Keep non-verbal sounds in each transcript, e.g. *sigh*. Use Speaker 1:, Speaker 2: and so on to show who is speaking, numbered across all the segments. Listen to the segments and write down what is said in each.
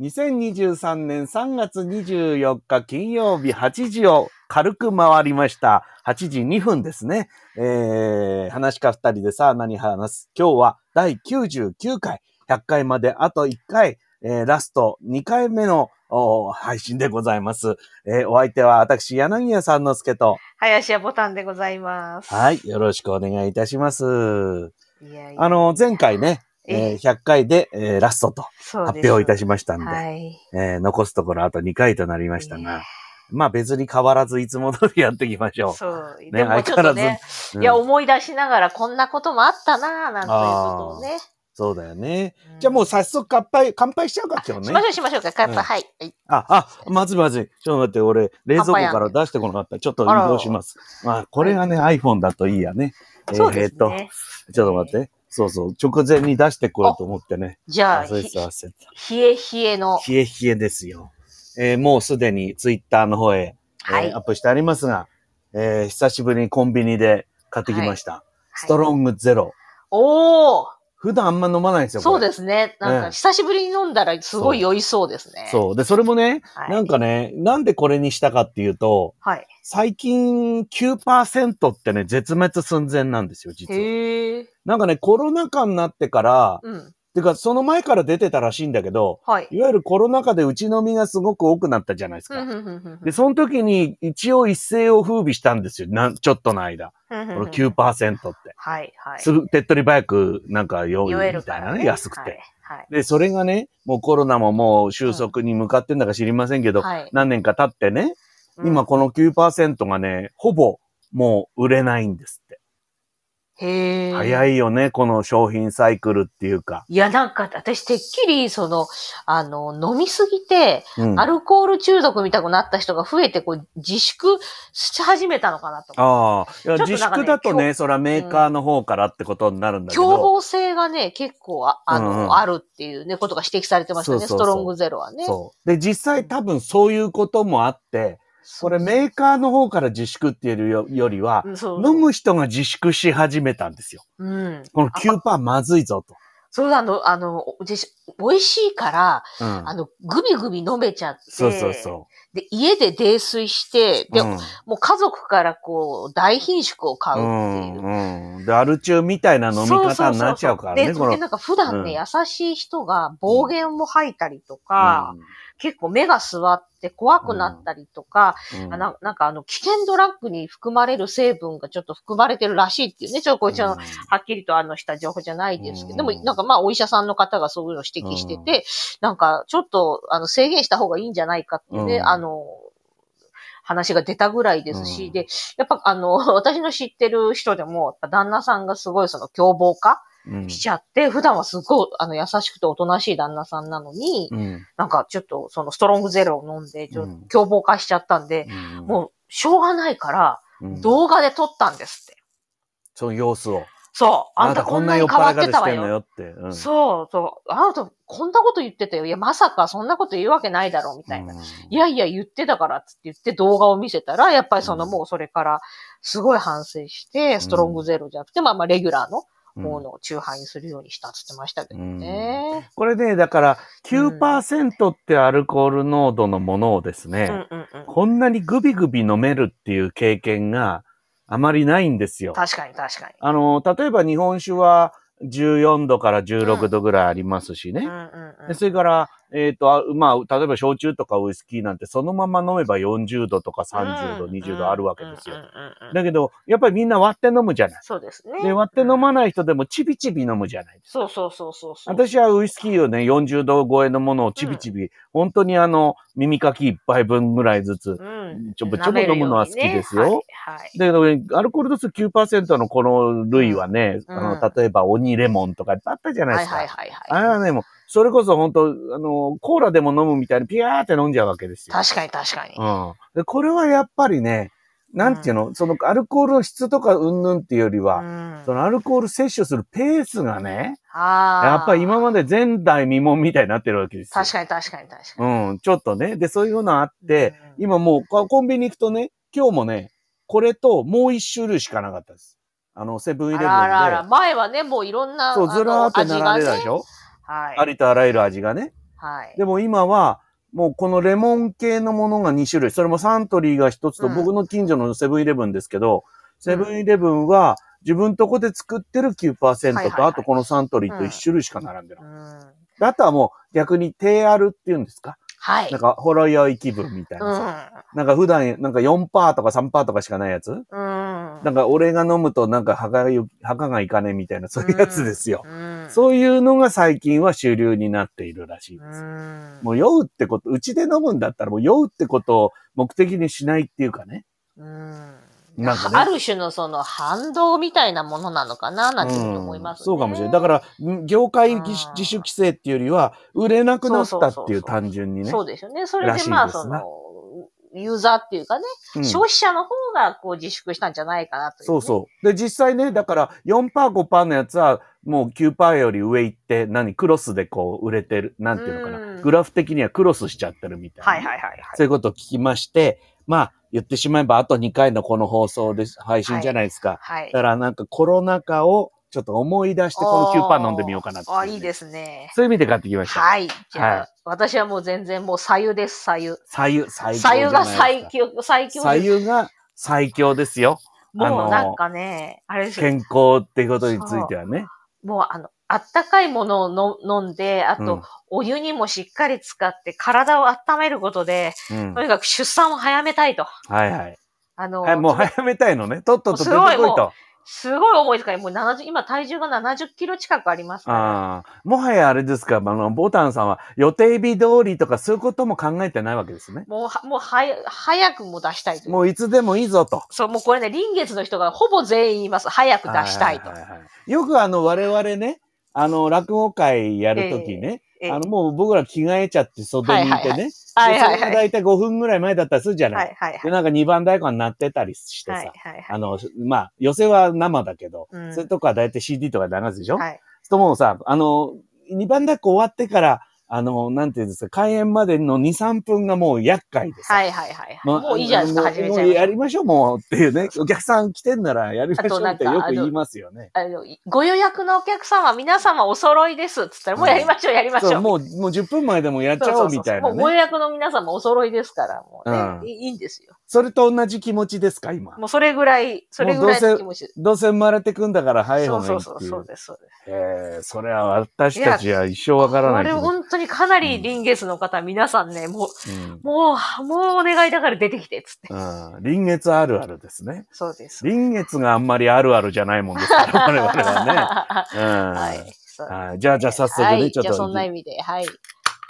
Speaker 1: 2023年3月24日金曜日8時を軽く回りました。8時2分ですね。えー、話か二人でさあ何話す今日は第99回、100回まであと1回、えーラスト2回目のお配信でございます。えーお相手は私、柳谷さんの助と、
Speaker 2: 林家ボタンでございます。
Speaker 1: はい、よろしくお願いいたします。
Speaker 2: いやいや
Speaker 1: あ、の、前回ね、えー100回で、えーラストと発
Speaker 2: 発
Speaker 1: 表いた
Speaker 2: し
Speaker 1: しましたんで、
Speaker 2: はい。
Speaker 1: えー残すところあと2回となりましたが、まあ別に変わらずいつも通りやっていきましょ
Speaker 2: そう。
Speaker 1: う。
Speaker 2: でもちょっとね、
Speaker 1: ずうん
Speaker 2: いや、思い出しながらこんなこともあったなぁ、なんていうことをね。
Speaker 1: そうだよね。じゃあもう早速乾杯、乾杯しちゃうか、今
Speaker 2: うん、
Speaker 1: 日
Speaker 2: し
Speaker 1: ね
Speaker 2: ま。しょうしましょうか、カッ
Speaker 1: う
Speaker 2: パ、
Speaker 1: ん
Speaker 2: はい。はい
Speaker 1: あ、あ、まずいまずい。ちょっと待って、俺、冷蔵庫から出してこなかった。ちょっと移動します。まあ、これがね、iPhone だといいやね。えー
Speaker 2: そうです
Speaker 1: えー
Speaker 2: ね。
Speaker 1: と、ちょっと待って。そうそう、直前に出してこようと思ってね。
Speaker 2: じゃあ、
Speaker 1: そうで
Speaker 2: ひ
Speaker 1: す、焦った。
Speaker 2: ひえひえの、
Speaker 1: 冷え冷えですよ。えーもうすでにツイッターの方へ、
Speaker 2: は
Speaker 1: え
Speaker 2: い
Speaker 1: ーアッ。プしてありますが、えー久しぶりにコンビニで買ってきました。スト
Speaker 2: はい
Speaker 1: ロングゼロ。
Speaker 2: おー
Speaker 1: 普段あんま飲まないんですよ。こ
Speaker 2: そう
Speaker 1: れ
Speaker 2: ですね。なん
Speaker 1: う
Speaker 2: か、
Speaker 1: ん
Speaker 2: 久しぶりに飲んだらすごい酔いそうですね。う。
Speaker 1: そう。で、それもね、
Speaker 2: はい、
Speaker 1: なんかね、なんでこれにしたかっていうと、
Speaker 2: はい。
Speaker 1: 最近9%ってね、絶滅寸前なんですよ、実は。
Speaker 2: へえ。
Speaker 1: なんかね、コロナ禍になってから、
Speaker 2: うん。
Speaker 1: てかその前から出てたらしいんだけど、
Speaker 2: はい。
Speaker 1: いわゆるコロナ禍で打ち飲みがすごく多くなったじゃないです
Speaker 2: うん
Speaker 1: か。
Speaker 2: うんうんうんうん
Speaker 1: で、その時に一応一世を風靡したんですよ。なんちょっとの間。
Speaker 2: うんう
Speaker 1: こ
Speaker 2: んう
Speaker 1: の
Speaker 2: ん
Speaker 1: 9%って。
Speaker 2: はい、はい。
Speaker 1: すぐ手っ取り早くなんか用意
Speaker 2: 酔え
Speaker 1: み
Speaker 2: る
Speaker 1: た
Speaker 2: か
Speaker 1: い
Speaker 2: ら
Speaker 1: な
Speaker 2: ね。
Speaker 1: ね、安くて。
Speaker 2: はい。はい
Speaker 1: で、それがね、もうコロナももう収束に向かってんだか知りませんけど、
Speaker 2: はい
Speaker 1: 何年か経ってね、今、この9%がね、ほぼもう売れないんですって。
Speaker 2: へえ。
Speaker 1: 早
Speaker 2: い。
Speaker 1: いよね、この商品サイクルっていうか。
Speaker 2: いや、なんか、私、てっきり、その、あの、飲みすぎて、
Speaker 1: うん、
Speaker 2: アルコール中毒みたくなった人が増えて、こう、自粛し始めたのかなと。
Speaker 1: ああ、いや
Speaker 2: ちょっとなんか
Speaker 1: 自
Speaker 2: ね
Speaker 1: 粛だと
Speaker 2: き
Speaker 1: ね、それはメーカーの方からってことになるんだけ
Speaker 2: 凶
Speaker 1: ど、
Speaker 2: 暴性がね、結構あ、あの、
Speaker 1: うんうん
Speaker 2: あるっていうね、ことが指摘されてましたね、
Speaker 1: そうそうそう
Speaker 2: ストロングゼロはね。
Speaker 1: そう。で、実際多分そういうこともあって、これメーカーの方から自粛っていうよよりは、
Speaker 2: うんそう
Speaker 1: 飲む人が自粛し始めたんですよ。
Speaker 2: うん。
Speaker 1: この9%まずいぞと。
Speaker 2: そうだ、あの、あの、お自粛美味しいから、
Speaker 1: うん
Speaker 2: あの、グビグビ飲めちゃって、
Speaker 1: そうそうそ
Speaker 2: で、家で泥酔して、
Speaker 1: う。
Speaker 2: で、
Speaker 1: うん
Speaker 2: もう家族からこう、大品種を買うっていう。
Speaker 1: んうん。で、アル中みたいな飲み方になっちゃうからね、
Speaker 2: そうそうそう
Speaker 1: こ
Speaker 2: そうで、
Speaker 1: の。
Speaker 2: なんか普段ね、優しい人が暴言も吐いたりとか、結構目が座って怖くなったりとか、
Speaker 1: うんうん
Speaker 2: あななんかあの、危険ドラッグに含まれる成分がちょっと含まれてるらしいっていうね、ちょっとこれちょっとはっきりとあのした情報じゃないです
Speaker 1: う
Speaker 2: けど、
Speaker 1: ん
Speaker 2: でもなんかまあお医者さんの方がそういうのを指摘してて、なんかちょっとあの制限した方がいいんじゃないかってね、
Speaker 1: うん
Speaker 2: あの、話が出たぐらいですし、
Speaker 1: うん
Speaker 2: で、やっぱあの、 *laughs* 私の知ってる人でも、やっぱ旦那さんがすごいその凶暴化
Speaker 1: うん
Speaker 2: しちゃって、普段はすごいあの優しくておとなしい旦那さんなのに、
Speaker 1: うんうん
Speaker 2: なんかちょっとそのストロングゼロを飲んで、ちょっ
Speaker 1: うん
Speaker 2: と凶暴化しちゃったんで、
Speaker 1: うん
Speaker 2: もうしょうがないから、
Speaker 1: うん
Speaker 2: 動画で撮ったんですって。
Speaker 1: その様子を。
Speaker 2: そう。あんたこんなに変わってたわ
Speaker 1: あなたこんな酔っ払い方してんのよっ
Speaker 2: よ。
Speaker 1: て。うん
Speaker 2: そうそう。あなた、こんなこと言ってたよ。いや、まさかそんなこと言うわけないだろう、みたいな。
Speaker 1: うん
Speaker 2: いやいや、言ってたから、つって言って動画を見せたら、やっぱりその
Speaker 1: うん
Speaker 2: もうそれから、すごい反省して、ストロングゼロじゃなくて、まあまあ、レギュラーの方の中杯にするようにしたって言ってましたけどね。
Speaker 1: これね、だから9%ってアルコール濃度のものをです
Speaker 2: うん
Speaker 1: ね、
Speaker 2: うんうん。
Speaker 1: こんなにグビグビ飲めるっていう経験があまりないんですよ。
Speaker 2: 確かに確かに。
Speaker 1: あの、例えば日本酒は14度から16度ぐらいありますしね
Speaker 2: うん。うんう
Speaker 1: で
Speaker 2: ん。
Speaker 1: それから、えっ、と、あまあ、例えば焼酎とかウイスキーなんてそのまま飲めば40度とか30度、
Speaker 2: うん
Speaker 1: 20度あるわけですよ。。
Speaker 2: うんうんうんうん
Speaker 1: だけど、やっぱりみんな割って飲むじゃない。
Speaker 2: そうです
Speaker 1: で、
Speaker 2: ね。
Speaker 1: 割って飲まない人でもチビチビ飲むじゃない。
Speaker 2: そうそうそうそうそう。
Speaker 1: 私はウイスキーをね、40度超えのものをチビチビ、本当にあの、耳かき一杯分ぐらいずつ。
Speaker 2: うん、
Speaker 1: ちょぼちょぼ飲むのは好きですよ
Speaker 2: 舐めるにねはいはい
Speaker 1: だけど、ね、アルコール度数9%のこの類はね、
Speaker 2: うん
Speaker 1: あ
Speaker 2: う
Speaker 1: の、
Speaker 2: ん
Speaker 1: 例えば鬼レモンとかあったじゃないで
Speaker 2: はい
Speaker 1: すか。
Speaker 2: はいはいはい。
Speaker 1: あれはね、もう、それこそ本当あの、コーラでも飲むみたいにピヤーって飲んじゃうわけですよ。
Speaker 2: 確かに確かに。
Speaker 1: うん。で、これはやっぱりね、なんていうの、そのアルコールの質とかうんぬんっていうよりは、
Speaker 2: うん
Speaker 1: そのアルコール摂取するペースがね、
Speaker 2: あー
Speaker 1: やっぱり今まで前代未聞みたいになってるわけですよ。
Speaker 2: 確かに確かに確かに。
Speaker 1: うん、ちょっとね。で、そういうのあって、
Speaker 2: うん
Speaker 1: 今もうこコンビニ行くとね、今日もね、これともう一種類しかなかったです。あの、セブンイレブン
Speaker 2: あ
Speaker 1: で。
Speaker 2: らあらあら、前はね、もういろんな、
Speaker 1: そう、ずらーっ
Speaker 2: あ
Speaker 1: て
Speaker 2: の
Speaker 1: 並んでたで
Speaker 2: 味
Speaker 1: し
Speaker 2: がね
Speaker 1: ょ、
Speaker 2: はい。
Speaker 1: ありとあらゆる味がね。
Speaker 2: はい。
Speaker 1: でも今は、もうこのレモン系のものが2種類。それもサントリーが1つと、
Speaker 2: うん
Speaker 1: 僕の近所のセブンイレブンですけど、セブンイレブンは自分とこで作ってる9%と、
Speaker 2: はいはいはい
Speaker 1: あとこのサントリーと1種類しか並んでない。
Speaker 2: うん。
Speaker 1: であとはもう逆に低アルって言うんですか
Speaker 2: はい。
Speaker 1: なんかほろ酔い気分みたいなさ。なんか普段、なんか4%とか3%とかしかないやつ
Speaker 2: うん。うん。
Speaker 1: なんか俺が飲むとなんか墓がゆ、墓がいかねえみたいな、そういうやつですよ。
Speaker 2: うん。
Speaker 1: そういうのが最近は主流になっているらしいで
Speaker 2: う
Speaker 1: す。
Speaker 2: ん。
Speaker 1: もう酔うってこと、うちで飲むんだったらもう酔うってことを目的にしないっていうかね。
Speaker 2: うん。
Speaker 1: なんかね
Speaker 2: ある種のその反動みたいなものなのかな、なんていうふうに思います、ね
Speaker 1: うんそうかもしれない。だから、ん業界
Speaker 2: うん
Speaker 1: 自自主規制っていうよりは、売れなくなった
Speaker 2: そうそう
Speaker 1: ってい
Speaker 2: そ
Speaker 1: うう
Speaker 2: そう
Speaker 1: 単純にね。
Speaker 2: そうですよね。それ
Speaker 1: らしいです
Speaker 2: でまあ、
Speaker 1: な
Speaker 2: その、ユーザーっていうかね、
Speaker 1: うん
Speaker 2: 消費者の方がこう自粛したんじゃないかなという、ね。
Speaker 1: そうそう。で、実際ね、だから4%、5%のやつは、もう9%より上行って、何、クロスでこう売れてる、なんていうのか
Speaker 2: う
Speaker 1: な。
Speaker 2: ん
Speaker 1: グラフ的にはクロスしちゃってるみたいな。
Speaker 2: はいはいはいはい。
Speaker 1: そういうことを聞きまして、まあ、言ってしまえば、あと2回のこの放送です、配信じゃないですか。
Speaker 2: はい
Speaker 1: だ。から、なんかコロナ禍をちょっと思い出して、この9%飲んでみようかなって、。
Speaker 2: あーあー、いいですすね。
Speaker 1: そういう意味で買ってきました。
Speaker 2: はい。じゃあ、
Speaker 1: はい
Speaker 2: 私はもう全然もう左右です、左右。
Speaker 1: 左右、最強じゃない
Speaker 2: 左右が
Speaker 1: ですか。
Speaker 2: 最強、最強
Speaker 1: 左
Speaker 2: です。
Speaker 1: 右が最強ですよ。あ
Speaker 2: も
Speaker 1: の
Speaker 2: うなんかね、あれですよ
Speaker 1: 健康っていうことについてはね。
Speaker 2: もうあの、あったかいものをの飲んで、あと、
Speaker 1: うん
Speaker 2: お湯にもしっかり使って、体を温めることで、
Speaker 1: うん
Speaker 2: と。にかく出産を早めたいと。
Speaker 1: はいはい。
Speaker 2: あの、
Speaker 1: はい、もう早めたいのね。とっとと出て
Speaker 2: もうすごい
Speaker 1: こい
Speaker 2: もう
Speaker 1: と。
Speaker 2: すごい重いですから、もう70、今体重が70キロ近くありますから。
Speaker 1: ああ。もはやあれですか、あの、ボタンさんは予定日通りとかそういうことも考えてないわけですね。
Speaker 2: もうは、もうはや、早くもう出したいという。
Speaker 1: もういつでもいいぞと。
Speaker 2: そう、もうこれね、臨月の人がほぼ全員言います。早く出したいと。
Speaker 1: ははははいよくあの、我々ね、あの、落語会やるときね、
Speaker 2: ええ
Speaker 1: あの、もう僕ら着替えちゃって袖にいてね。
Speaker 2: はいはい
Speaker 1: でそれが
Speaker 2: はい。
Speaker 1: 大体5分ぐらい前だったりするじゃな。
Speaker 2: はいいはいは
Speaker 1: で、
Speaker 2: い。
Speaker 1: なんか2番太鼓になってたりしてさ。
Speaker 2: はいはいは
Speaker 1: あ
Speaker 2: い。
Speaker 1: の、まあ、寄せは生だけど、
Speaker 2: うん
Speaker 1: それとか大体 CD とかで流すでしょ、
Speaker 2: はい。
Speaker 1: ともうさ、あの、2番だっこ終わってから、あの、なんていうんですか、開演までの2、3分がもう厄介です。
Speaker 2: はいはいはい
Speaker 1: ま
Speaker 2: は
Speaker 1: あ
Speaker 2: い。もういいじゃないですか、
Speaker 1: あの
Speaker 2: 始めちゃ
Speaker 1: もうや
Speaker 2: い
Speaker 1: り
Speaker 2: ま
Speaker 1: ましょう、もうっていうね。お客さん来てんならやりましょ
Speaker 2: あと
Speaker 1: う
Speaker 2: な
Speaker 1: っ
Speaker 2: ん
Speaker 1: て
Speaker 2: か
Speaker 1: よく言いますよね。
Speaker 2: す。あのご予約のお客様、皆様お揃いです。つったら、もうやりましょう、やりまし
Speaker 1: そ
Speaker 2: ょ
Speaker 1: う、
Speaker 2: う。
Speaker 1: もう、もう10分前でもやっちゃおうみたいな
Speaker 2: そうそうそうもうご
Speaker 1: ね。
Speaker 2: 予約の皆様お揃いですから、もうね、
Speaker 1: うん
Speaker 2: いいいんですよ。
Speaker 1: それと同じ気持ちですか、今。
Speaker 2: もうそれぐらい、それぐらいの気持ちです。
Speaker 1: どうせ生まれてくんだから早い
Speaker 2: そ
Speaker 1: 方
Speaker 2: う
Speaker 1: がいい
Speaker 2: そ
Speaker 1: っ
Speaker 2: う
Speaker 1: て
Speaker 2: そう、
Speaker 1: い
Speaker 2: そう
Speaker 1: う。
Speaker 2: です、そうです。
Speaker 1: えー、それは私たちは一生わからないけ
Speaker 2: これ
Speaker 1: ど。
Speaker 2: 本当にかなり臨月の方、皆さんね、も
Speaker 1: うん
Speaker 2: う、もう、もうお願いだから出てきて、つって。
Speaker 1: うん臨月あるあるですね。
Speaker 2: そうです。
Speaker 1: 臨月があんまりあるあるじゃないもんです
Speaker 2: *laughs*
Speaker 1: から、我々はね。うん
Speaker 2: はい。そう
Speaker 1: はいじゃあ、じゃあ早速ね、
Speaker 2: はい、
Speaker 1: ちょっ
Speaker 2: じゃあそんな意
Speaker 1: と、
Speaker 2: 味で、はい。
Speaker 1: よいし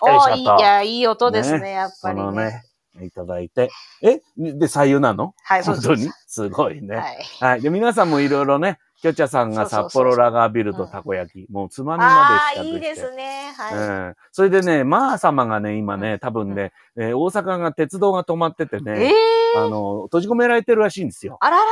Speaker 2: お
Speaker 1: ょ
Speaker 2: ー
Speaker 1: と
Speaker 2: いい、いや、いい音ですね、
Speaker 1: ね
Speaker 2: やっぱ
Speaker 1: そ
Speaker 2: りね。
Speaker 1: のね、いただいて。えで、左右なの
Speaker 2: はい、そう
Speaker 1: 本
Speaker 2: です
Speaker 1: 当にすごいね。
Speaker 2: はい。
Speaker 1: はい。で、皆さんもいろいろね、きょちゃさんが
Speaker 2: そうそうそう
Speaker 1: 札幌ラガービルとたこ焼き、もうつまみ
Speaker 2: ああ
Speaker 1: ま
Speaker 2: ー、
Speaker 1: で
Speaker 2: いい
Speaker 1: 比較
Speaker 2: で
Speaker 1: して
Speaker 2: す。ね。はい。
Speaker 1: うん、それでね、マー様がね、今ね、多分ね、えー大阪が鉄道が止まってて
Speaker 2: え
Speaker 1: ね、
Speaker 2: え
Speaker 1: あの、閉じ込められてるらしいんですよ。
Speaker 2: あららら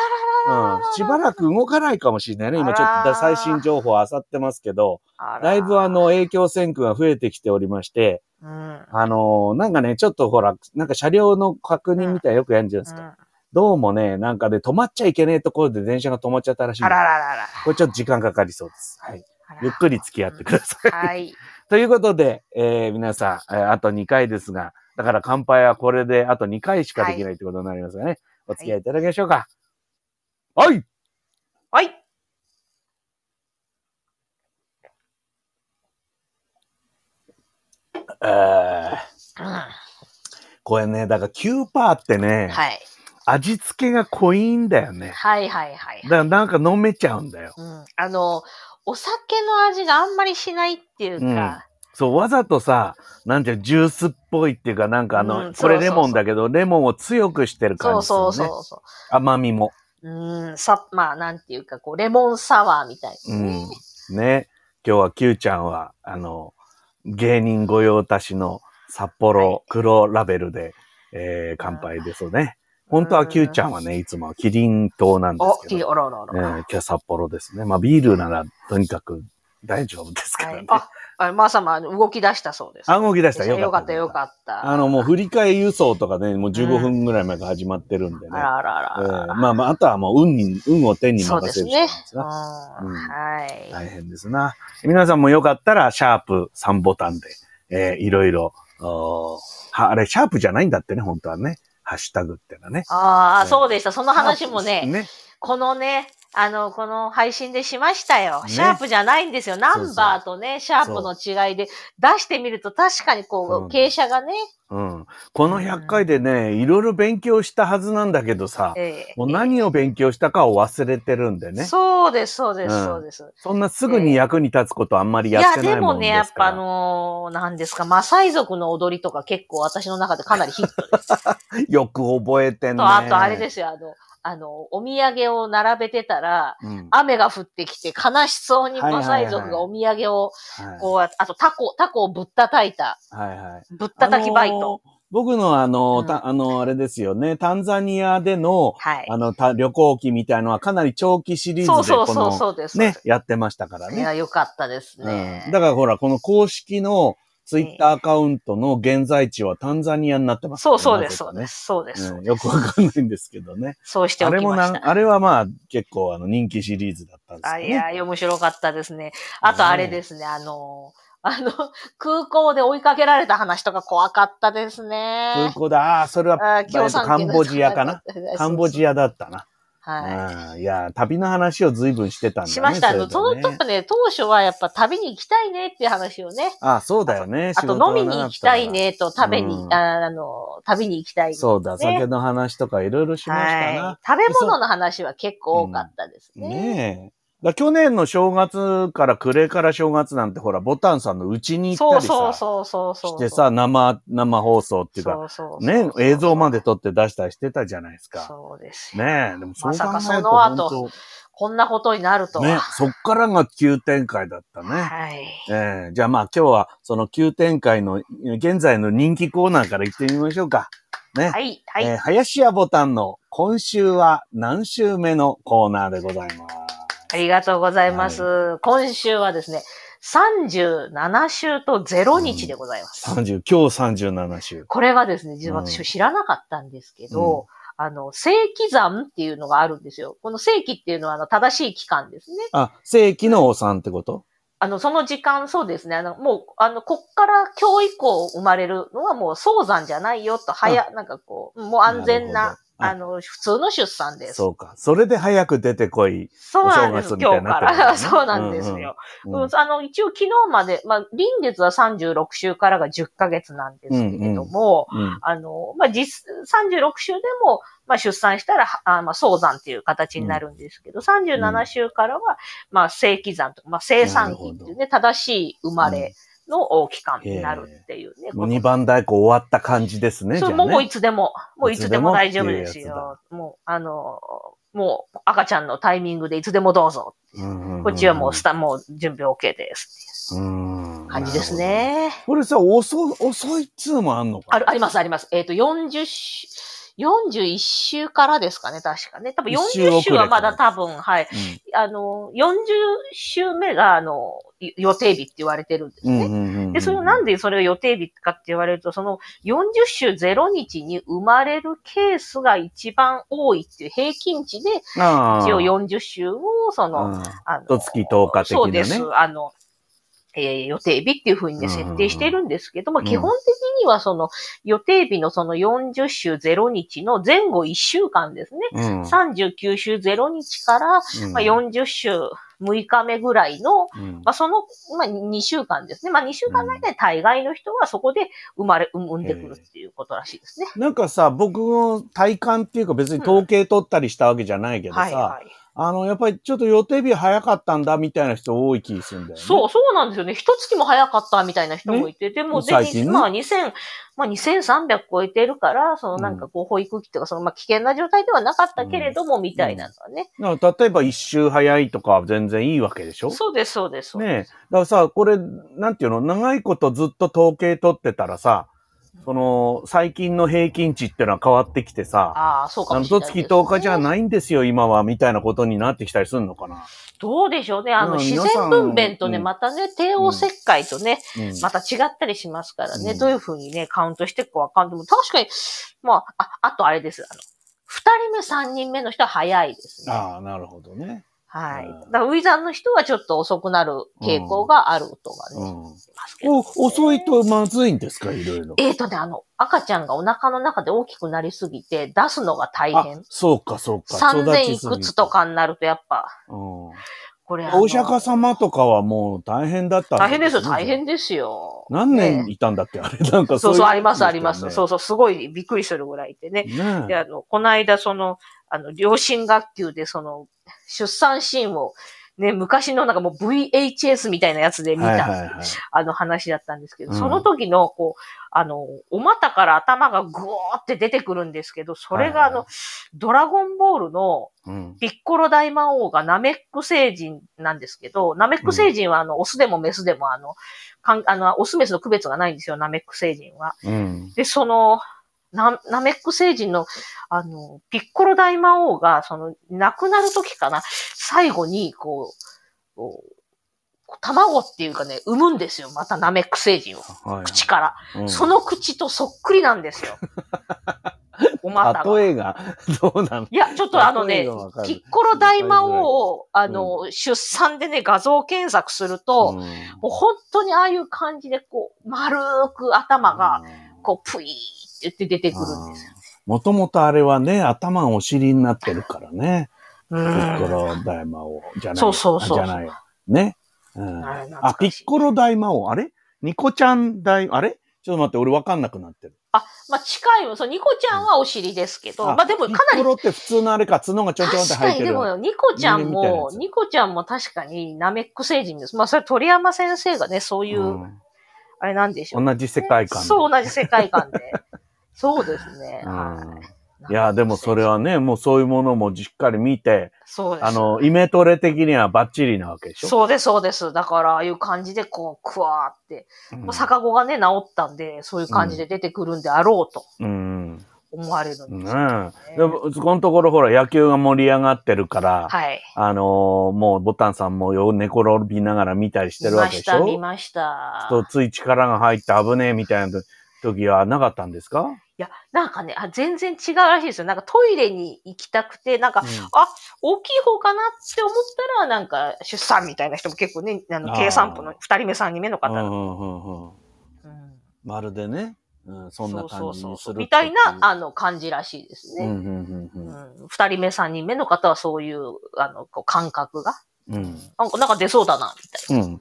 Speaker 1: うんしばらく動かないかもしれないね。今ちょっ
Speaker 2: あ
Speaker 1: と
Speaker 2: ら
Speaker 1: 最新情報を漁ってますけど、
Speaker 2: らら。
Speaker 1: だいぶあ、の影響線区が増えてきておりまして、
Speaker 2: うん。
Speaker 1: あのーなんかね、ちょっとほら、なんか車両の確認みたいなのよくやるんじゃないですか。どうもね、なんかで止まっちゃいけないところで電車が止まっちゃったらしいん
Speaker 2: あら
Speaker 1: で
Speaker 2: らららら。
Speaker 1: これちょっと時間かかりそうです。はい。ゆっくり付き合ってください。
Speaker 2: はい。
Speaker 1: ということで、えー皆さん、えーあと2回ですが、だから乾杯はこれであと2回しかできないってことになりますがね、お付き合いいただきましょうか。はい
Speaker 2: はい。
Speaker 1: えー
Speaker 2: うん
Speaker 1: これね、だから9%ってね、
Speaker 2: はい。
Speaker 1: 味付けが濃いんだよね。
Speaker 2: はいはいはい
Speaker 1: だか。らなんか飲めちゃうんだよ。
Speaker 2: うん。あの、お酒の味があんまりしないっていうか、
Speaker 1: そう、わざとさ、なんていうのジュースっぽいっていうか、なんかあの、こ
Speaker 2: うん
Speaker 1: れ
Speaker 2: そうそう
Speaker 1: レ
Speaker 2: そう
Speaker 1: モンだけど、レモンを強くしてる
Speaker 2: そ
Speaker 1: 感
Speaker 2: う
Speaker 1: じするね。
Speaker 2: そうそうそ
Speaker 1: 甘みも。
Speaker 2: う。うん、さ、まあ、なんていうか、こう、レモンサワーみたいな
Speaker 1: う
Speaker 2: ね。
Speaker 1: ん。ね。今日は Q ちゃんは、あの、芸人御用達の札幌黒ラベルで、えー、乾杯ですね。本当は Q ちゃんはね、いつもはキリン島なんです
Speaker 2: お、
Speaker 1: け
Speaker 2: いい、
Speaker 1: ど、
Speaker 2: おろおろお
Speaker 1: えー
Speaker 2: ろ。
Speaker 1: 今日は札幌ですね。まあビールならとにかく大丈夫ですから
Speaker 2: は
Speaker 1: ね
Speaker 2: い。あ、あまさま動き出したそうです。
Speaker 1: 暗号機出したよかった。
Speaker 2: よかった、よかった。
Speaker 1: あの、もう振り替え輸送とかね、もう15
Speaker 2: うん
Speaker 1: 分ぐらい前から始まってるんでね。
Speaker 2: あらあら
Speaker 1: え
Speaker 2: あ
Speaker 1: ー
Speaker 2: ら。
Speaker 1: まあまあ、あとはもう運に、運を天に
Speaker 2: そう
Speaker 1: 任
Speaker 2: で
Speaker 1: せ
Speaker 2: す
Speaker 1: るしかない
Speaker 2: ね
Speaker 1: で。す
Speaker 2: うん
Speaker 1: な
Speaker 2: はい。
Speaker 1: 大変ですな。皆さんもよかったら、シャープ3ボタンで、えーいろいろ、おーは、あれ、シャープじゃないんだってね、本当はね。ハッシュタグってのはね。
Speaker 2: あ
Speaker 1: うん
Speaker 2: あ、そうでした。その話もね、
Speaker 1: ね。
Speaker 2: このね、あの、この配信でしましたよ。
Speaker 1: ね
Speaker 2: シャープじゃないんですよ。ナンバーとね、シャープの違いで出してみると確かに
Speaker 1: そう
Speaker 2: こう、傾斜がね、
Speaker 1: うん。この100回でね、いろいろ勉強したはずなんだけどさ、
Speaker 2: ええ
Speaker 1: もう何を勉強したかを忘れてるんでね。
Speaker 2: そうです、そうです、
Speaker 1: うん
Speaker 2: そうです。
Speaker 1: そんなすぐに役に立つことあんまり
Speaker 2: い
Speaker 1: やっ
Speaker 2: や、
Speaker 1: てな
Speaker 2: で
Speaker 1: いも
Speaker 2: も
Speaker 1: ん
Speaker 2: ね、
Speaker 1: で
Speaker 2: やっ
Speaker 1: すか
Speaker 2: ぱあ
Speaker 1: ら。
Speaker 2: のー、何ですか、マサイ族の踊りとか結構私の中でかなりヒット
Speaker 1: よく覚えてんね。
Speaker 2: と、あとあれですよ、あの、あの、お土産を並べてたら、
Speaker 1: うん。
Speaker 2: 雨が降ってきて悲しそうに
Speaker 1: はいはい
Speaker 2: マ
Speaker 1: はいは
Speaker 2: サ
Speaker 1: い
Speaker 2: イ族がお土産を、
Speaker 1: は
Speaker 2: こう、あとタコ、タコをぶったたいた、
Speaker 1: い。はいはい。
Speaker 2: ぶったたきバイト。
Speaker 1: あのー。僕のあのー、
Speaker 2: うん
Speaker 1: たあのー、あれですよね、タンザニアでの、
Speaker 2: はい。
Speaker 1: あの、た旅行記みたいのはかなり長期シリー
Speaker 2: そう
Speaker 1: ズで
Speaker 2: そう
Speaker 1: こ
Speaker 2: そう、
Speaker 1: の、
Speaker 2: そうです。
Speaker 1: ね、やってましたから
Speaker 2: い
Speaker 1: ね。
Speaker 2: や、よかったですね。
Speaker 1: うんだからほら、この公式のツイッターアカウントの現在地はタンザニアになってますか
Speaker 2: そ
Speaker 1: ら
Speaker 2: う
Speaker 1: ね、
Speaker 2: そ
Speaker 1: なぜ
Speaker 2: うです、そう
Speaker 1: かね
Speaker 2: です、そうです。
Speaker 1: うんよくわかんないんですけど
Speaker 2: *laughs*
Speaker 1: ね。
Speaker 2: そうして
Speaker 1: あ
Speaker 2: お
Speaker 1: れ
Speaker 2: き
Speaker 1: も
Speaker 2: ま
Speaker 1: な
Speaker 2: した。
Speaker 1: ん、あれはまあ結構あの人気シリーズだったんです
Speaker 2: あ
Speaker 1: けど、
Speaker 2: い
Speaker 1: ね。
Speaker 2: や、面白かったですね。あとあれですね、あの、あの、空港で追いかけられた話とか怖かったです
Speaker 1: 空
Speaker 2: ね。
Speaker 1: 港だ。ああ、それは
Speaker 2: あー共産
Speaker 1: カンボジアかな。カンボジ
Speaker 2: ア。
Speaker 1: アだったな。
Speaker 2: は
Speaker 1: うんいや、旅の話を随分してたんだ
Speaker 2: い。
Speaker 1: ね。
Speaker 2: しました。あ
Speaker 1: それ
Speaker 2: の、
Speaker 1: で
Speaker 2: そのやっ
Speaker 1: ね
Speaker 2: ぱね、当初はやっぱ旅に行きたいねっていう話をね。
Speaker 1: あ、そうだよね。
Speaker 2: あ
Speaker 1: 仕
Speaker 2: と
Speaker 1: 事
Speaker 2: 飲
Speaker 1: が
Speaker 2: み
Speaker 1: な
Speaker 2: に
Speaker 1: か
Speaker 2: 行
Speaker 1: っ
Speaker 2: き
Speaker 1: ら
Speaker 2: たい。ねと、食べに
Speaker 1: う、ん
Speaker 2: ああの、旅に行きたいね。
Speaker 1: そうだ、
Speaker 2: ね
Speaker 1: 酒の話とかいろいろしましたな
Speaker 2: は。い。食べ物の話は結構多かったですね。
Speaker 1: ねえ。だ去年の正月から暮れから正月なんてほら、ボタンさんのうちに行っ
Speaker 2: そ
Speaker 1: た
Speaker 2: う
Speaker 1: りさ、
Speaker 2: そうそうそうそ
Speaker 1: し
Speaker 2: う。
Speaker 1: てさ、生、生放送っていうか、
Speaker 2: そうそうそう
Speaker 1: ね、映像まで撮って出したりしてたじゃないですか。
Speaker 2: そうですよ。
Speaker 1: ねえ、でもそう考えると
Speaker 2: まさかその後
Speaker 1: 本
Speaker 2: こんなことになる
Speaker 1: 当
Speaker 2: とは。
Speaker 1: ね、そっからが急展開だったね。
Speaker 2: はい。
Speaker 1: ええじゃあまあ今日はその急展開の現在の人気コーナーから行ってみましょうか。ね。
Speaker 2: はい。はい。
Speaker 1: えー林家ボタンの今週は何週目のコーナーでございます。
Speaker 2: ありがとうございます。今週はですね、37週と0日でございます。
Speaker 1: 30、今日37週。
Speaker 2: これはですね、実は
Speaker 1: うん
Speaker 2: 私知らなかったんですけど、あの、正規算っていうのがあるんですよ。この正規っていうのは、あの、正しい期間ですね。
Speaker 1: あ、正規のお産ってこと
Speaker 2: あの、その時間、そうですね。あの、もう、あの、こっから今日以降生まれるのはもう早産じゃないよと、早、なんかこう、もう安全な、
Speaker 1: な
Speaker 2: あ
Speaker 1: る
Speaker 2: の、普通の出産です。
Speaker 1: そうか。それで早く出てこい。
Speaker 2: そうなんです
Speaker 1: お正月、みたいに
Speaker 2: 今日
Speaker 1: なっ
Speaker 2: か
Speaker 1: てるから
Speaker 2: ら。
Speaker 1: ね
Speaker 2: そうなんですよ。
Speaker 1: う
Speaker 2: うんあの、一応昨日まで、まあ、臨月は36週からが10ヶ月なんですけれども、
Speaker 1: うん
Speaker 2: あの、まあ、実、36週でも、まあ、出産したら、はあまあ、早産っていう形になるんですけど、37週からは、まあ、正規産とか、まあ、生産期っていうね、正しい生まれのお期間になるっていうね。
Speaker 1: もう2番太鼓終わった感じですね。
Speaker 2: そう、
Speaker 1: じゃ
Speaker 2: も
Speaker 1: あ
Speaker 2: う
Speaker 1: ね
Speaker 2: もういつでも、もういつでも大丈夫です
Speaker 1: いつでもっ
Speaker 2: よ。もう、あの、もう赤ちゃんのタイミングでいつでもどうぞ。こっちはもうスタ、もう準備 OK です。
Speaker 1: うん
Speaker 2: 感じです。ね。
Speaker 1: これさ、遅い、遅いっつうもあんのか
Speaker 2: ある、あります、あります。えっ、と、40週、41週からですかね、確かね。多分
Speaker 1: 一週遅
Speaker 2: 40
Speaker 1: れ
Speaker 2: 週はまだ多分、はい。
Speaker 1: うん
Speaker 2: あの、40週目が、あの、い予定日って言われてるんですね。
Speaker 1: うんうんうん
Speaker 2: で、それをなんでそれが予定日かって言われると、その40週0日に生まれるケースが一番多いっていう平均値で、
Speaker 1: ああ
Speaker 2: 一応40週を、その、
Speaker 1: うん
Speaker 2: あの、
Speaker 1: 一月10日的なね
Speaker 2: そうです。あの、えー予定日っていうふうにね、
Speaker 1: うんうんうん
Speaker 2: 設定してるんですけども、
Speaker 1: うん
Speaker 2: 基本的にはその予定日のその40週0日の前後1週間ですね。
Speaker 1: うん
Speaker 2: 39週0日から、
Speaker 1: うん
Speaker 2: まあ、40週6日目ぐらいの、
Speaker 1: うん
Speaker 2: まあ、その、まあ、2週間ですね。まあ、2週間の間で大概の人はそこで生まれ、産んでくるっていうことらしいですね。
Speaker 1: なんかさ、僕の体感っていうか別に統計取ったりしたわけじゃないけどさ、
Speaker 2: はいはい。
Speaker 1: あの、やっぱりちょっと予定日早かったんだみたいな人多い気するんだよね。
Speaker 2: そう、そうなんですよね。一月も早かったみたいな人もいて、でも、で
Speaker 1: 最近ね
Speaker 2: まあ2000、まあ2300超えてるから、そのなんかこう、保育器とか、そのまあ危険な状態ではなかったけれども、みたいなのはね。
Speaker 1: だから例えば一周早いとかは全然いいわけでしょ
Speaker 2: そうです、そうです。そうです
Speaker 1: ねえ。だからさ、これ、なんていうの、長いことずっと統計取ってたらさ、その、最近の平均値ってのは変わってきてさ、
Speaker 2: ああ、そうか
Speaker 1: あの、
Speaker 2: もしれ
Speaker 1: と
Speaker 2: な
Speaker 1: つ
Speaker 2: いです、
Speaker 1: き
Speaker 2: ね。
Speaker 1: 10日じゃないんですよ、今は、みたいなことになってきたりするのかな。
Speaker 2: どうでしょうね。あ
Speaker 1: う
Speaker 2: の、
Speaker 1: ん
Speaker 2: 自
Speaker 1: 皆さん
Speaker 2: 然分娩とね、
Speaker 1: うん
Speaker 2: またね、帝王切開とね、
Speaker 1: うん
Speaker 2: また違ったりしますからね、
Speaker 1: うん
Speaker 2: どういうふうにね、カウントしていくかわかんない。でも確かに、まあ、あ、あとあれです。あの、二人目、三人目の人は早いですね。
Speaker 1: ああ、なるほどね。
Speaker 2: はい。
Speaker 1: う
Speaker 2: だ
Speaker 1: ん
Speaker 2: から、ウィザンの人はちょっと遅くなる傾向があるとはね、
Speaker 1: うん。
Speaker 2: 言ってますけど、ね。
Speaker 1: お、遅いとまずいんですかいろいろ。
Speaker 2: えーとね、あの、赤ちゃんがお腹の中で大きくなりすぎて、出すのが大
Speaker 1: あ
Speaker 2: 変。、
Speaker 1: そうか、そうか。
Speaker 2: 3000
Speaker 1: 育ち
Speaker 2: い
Speaker 1: すぎ
Speaker 2: く
Speaker 1: て
Speaker 2: つと。かになると、やっぱ、
Speaker 1: うん。
Speaker 2: これあの
Speaker 1: お釈迦様とかはもう大変だったん
Speaker 2: 大変ですよ、大
Speaker 1: ね
Speaker 2: 変ですよ。
Speaker 1: 何年
Speaker 2: ね
Speaker 1: いたんだっけあれ、なんか
Speaker 2: そうそう、あります、あります。そううそう、すごいびっくりするぐらいでね。
Speaker 1: いうことですよね。
Speaker 2: で、
Speaker 1: ね
Speaker 2: あの、この間、その、あの、両親学級で、その、出産シーンを、ね、昔のなんかもう VHS みたいなやつで
Speaker 1: え
Speaker 2: 見
Speaker 1: はい
Speaker 2: た、
Speaker 1: はいはい。
Speaker 2: あの話だったんですけど、
Speaker 1: うん
Speaker 2: その時の、こう、あの、お股から頭がぐーって出てくるんですけど、それがあ
Speaker 1: はいはい
Speaker 2: の、ドラゴンボールの
Speaker 1: うん。
Speaker 2: ピッコロ大魔王がナメック星人なんですけど、ナメック星人はあの、オスでもメスでもあの、かんあの、オスメスの区別がないんですよ、ナメック星人は。
Speaker 1: うん。
Speaker 2: で、その、なナメック星人の、あの、ピッコロ大魔王が、その、亡くなる時かな、最後に、こう、こう卵っていうかね、産むんですよ。またナメック星人を。
Speaker 1: はい。
Speaker 2: 口から。
Speaker 1: うん
Speaker 2: その口とそっくりな
Speaker 1: *laughs*
Speaker 2: んですよ。お股が。
Speaker 1: 例えが、 *laughs* どうなの
Speaker 2: いや、ちょっとあの
Speaker 1: 例え
Speaker 2: ね
Speaker 1: がわか、る
Speaker 2: ピッコロ大魔王を、あの、出産でね、画像検索すると、
Speaker 1: うん
Speaker 2: もう本当にああいう感じで、こう、丸く頭が、こう、ぷいーって出てくるんですよ。
Speaker 1: もともとあれはね、頭お尻になってるからね。
Speaker 2: う
Speaker 1: ピッコ
Speaker 2: ん。
Speaker 1: ロ大魔王じゃない。
Speaker 2: そうそうそう
Speaker 1: あじゃないよ。ね。うん。
Speaker 2: あれ懐か
Speaker 1: あ、
Speaker 2: しい
Speaker 1: ピッコロ大魔王。あれニコちゃん大、あれちょっと待って、俺わかんなくなってる。
Speaker 2: あ、まあ、近いよ。そう、ニコちゃんはお尻ですけど、まあでもか
Speaker 1: ピ
Speaker 2: な
Speaker 1: ッコ
Speaker 2: り、
Speaker 1: ロって普通のあれか、角がちょんちょんって生
Speaker 2: 確か
Speaker 1: え
Speaker 2: に
Speaker 1: て
Speaker 2: で
Speaker 1: る。
Speaker 2: も、ニコちゃん
Speaker 1: 人間みたいなや
Speaker 2: も、
Speaker 1: つ
Speaker 2: ニコちゃんも確かにナメック星人です。まあ、それ鳥山先生がね、そういう、あれなんでしょ
Speaker 1: う
Speaker 2: う、
Speaker 1: ん、同じ世界観で。
Speaker 2: そう、同じ世界観で。そうですね。
Speaker 1: うん
Speaker 2: はい
Speaker 1: や、でもそれ。はね、もうそういうものもしっかり見て、
Speaker 2: そうです。
Speaker 1: あの、イメトレ的にはバッチリなわけでしょ
Speaker 2: そうです、そうです。だから、ああいう感じで、こう、くわーって。
Speaker 1: うん。
Speaker 2: まあ、逆子がね、治ったんで、そういう感じで出てくるんであろうと
Speaker 1: うん。ね
Speaker 2: 思われるん
Speaker 1: え。
Speaker 2: で。
Speaker 1: ですもこのところほら、野球が盛り上がってるから、
Speaker 2: はい。
Speaker 1: あのーもうボタンさんもよ寝転びながら見たりして
Speaker 2: 見
Speaker 1: るわ
Speaker 2: ま
Speaker 1: けで
Speaker 2: し
Speaker 1: しょ
Speaker 2: た、見ました。
Speaker 1: とつい力が入って危ねえみたいな時はなかったんですか、
Speaker 2: いや、なんかね、あ全然違うらしいですよ。なんかトイレに行きたくて、なんか、大きい方かなって思ったら、なんか、出産みたいな人も結構ね、あの、
Speaker 1: あー
Speaker 2: 計算部の二人目、三人目の
Speaker 1: うん
Speaker 2: 方、
Speaker 1: うんうんうん
Speaker 2: うん
Speaker 1: まるでね、うん、そんな
Speaker 2: そ
Speaker 1: 感
Speaker 2: う
Speaker 1: じ
Speaker 2: そう
Speaker 1: に
Speaker 2: そ
Speaker 1: す
Speaker 2: う。
Speaker 1: る
Speaker 2: みたいな、
Speaker 1: あ
Speaker 2: あの、感じらしいです
Speaker 1: うんう
Speaker 2: ね。
Speaker 1: んう
Speaker 2: うん
Speaker 1: うん
Speaker 2: ん二人目、三人目の方はそういう、あの、こう感覚が。
Speaker 1: うん
Speaker 2: なんか、なんか出そうだな、みたい
Speaker 1: うん、
Speaker 2: な。うん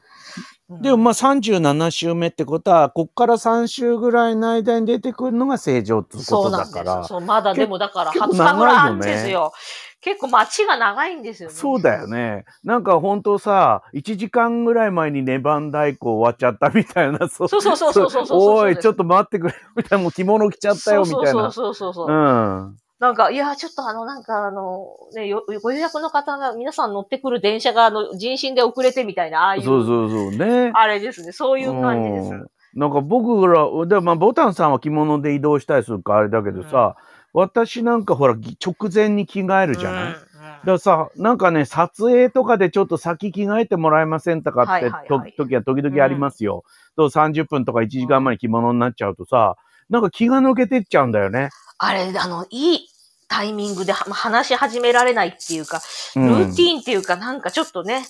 Speaker 1: でも、まあ37週目ってことはこっから3週ぐらいの間に出てくるのが正常ってこ
Speaker 2: そう
Speaker 1: と
Speaker 2: な
Speaker 1: だ
Speaker 2: ん
Speaker 1: か
Speaker 2: で
Speaker 1: ら
Speaker 2: す。そう、まだでもだから、
Speaker 1: 結構
Speaker 2: 20日ぐらいあるん
Speaker 1: 長いよね
Speaker 2: ですよ。結構待ちが長いんですよね。
Speaker 1: そうだよね。なんか本当さ、1時間ぐらい前にネバン大行終わっちゃったみたいな、そう
Speaker 2: そうそうそうそうそうそうそう
Speaker 1: お
Speaker 2: そう
Speaker 1: い、
Speaker 2: です
Speaker 1: ちょっと待ってくれ、みたいな、もう着物着ちゃったよ、みたいな。
Speaker 2: そうそうそうそうそうう。
Speaker 1: ん。
Speaker 2: なんか、いや、ちょっとあの、なんかあの、ね、よご予約の方が、皆さん乗ってくる電車が、あの、人身で遅れてみたいな、ああいう、
Speaker 1: そうそうそうね。
Speaker 2: あれですね、そういう感じです。
Speaker 1: うんなんか僕ら、でまあ、ボタンさんは着物で移動したりするからあれだけどさ、私なんかほら、ぎ直前に着替えるじゃない、だか
Speaker 2: うん
Speaker 1: らさ、なんかね、撮影とかでちょっと先着替えてもらえませんとかって、
Speaker 2: はいはいはい
Speaker 1: と時は時々ありますよ。と30分とか1時間前に着物になっちゃうとさ、なんか気が抜けてっちゃうんだよね。
Speaker 2: あれ、あの、いいタイミングではま話し始められないっていうか、
Speaker 1: う
Speaker 2: ル
Speaker 1: ん
Speaker 2: ーティーンっていうか、なんかちょっとね、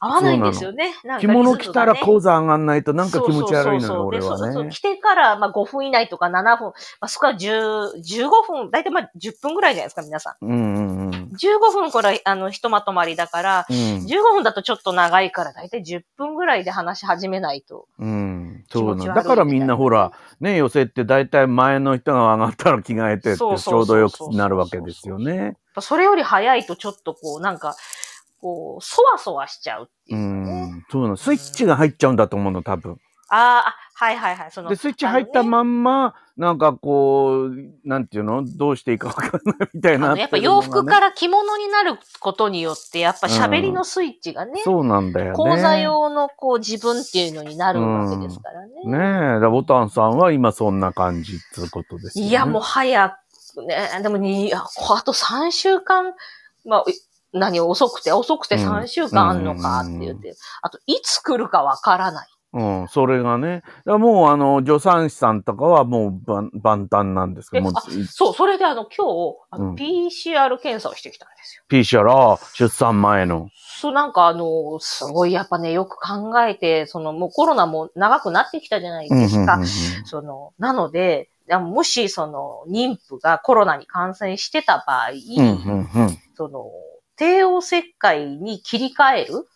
Speaker 2: 合わないんですよね。なんか
Speaker 1: 着物着たら
Speaker 2: リズムがね
Speaker 1: 講座上がんないとなんか気持ち悪いのよ、
Speaker 2: そうそうそうそうで
Speaker 1: 俺は
Speaker 2: そうそう
Speaker 1: ね。
Speaker 2: 着てから、まあ、5分以内とか7分、まあ、そこは10、15分、だいたいまあ10分ぐらいじゃないですか、皆さ
Speaker 1: うんうんうん。
Speaker 2: ん。15分これ、あの、ひとまとまりだから、
Speaker 1: うん
Speaker 2: 15分だとちょっと長いから、だいたい10分ぐらいで話し始めないと。
Speaker 1: うん、
Speaker 2: 気
Speaker 1: そう
Speaker 2: 持ち悪いみ
Speaker 1: な
Speaker 2: たい
Speaker 1: ん
Speaker 2: な
Speaker 1: だからみんなほら、ね、寄せって大体前の人が上がったら着替えてってち
Speaker 2: そ
Speaker 1: ょ
Speaker 2: うそううそう
Speaker 1: ど
Speaker 2: そう
Speaker 1: よくなるわけですよね。
Speaker 2: それより早いとちょっとこう、なんか、こう、そわそわしちゃうっていううかね。
Speaker 1: ん、そうなの。スイッチが入っちゃうんだと思うの、多分。
Speaker 2: あーあ、はいはいはい。その
Speaker 1: で、、スイッチ入ったまんま、なんかこう、なんていうのどうしていいかわかんないみたい
Speaker 2: あの
Speaker 1: な。。
Speaker 2: やっぱ洋服からら着物になることによって、やっぱ喋りのスイッチがね、
Speaker 1: そうなんだよね。
Speaker 2: 講座用のこう自分っていうのになるわけですからね。
Speaker 1: ねえ、ラボタンさんは今そんな感じっていうことですよね。
Speaker 2: いや、もう早くね、でもに、ああと3週間、まあ、い何遅くて、遅くて
Speaker 1: うん
Speaker 2: 3週間あんのかって言って、あと、いつ来るかわからない。
Speaker 1: うん、それがね。だからもう、あの、助産師さんとかはもう万万端なんですけ
Speaker 2: え
Speaker 1: ど、もう
Speaker 2: あそう、それであの、今日、あ
Speaker 1: う
Speaker 2: の
Speaker 1: ん
Speaker 2: PCR 検査をしてきたんですよ。
Speaker 1: PCR、出産前の。
Speaker 2: そうなんかあの、すごいやっぱね、よく考えて、そのもうコロナも長くなってきたじゃないですか。その、なので、あもしその妊婦がコロナに感染してた場合、その、帝王切開に切り替える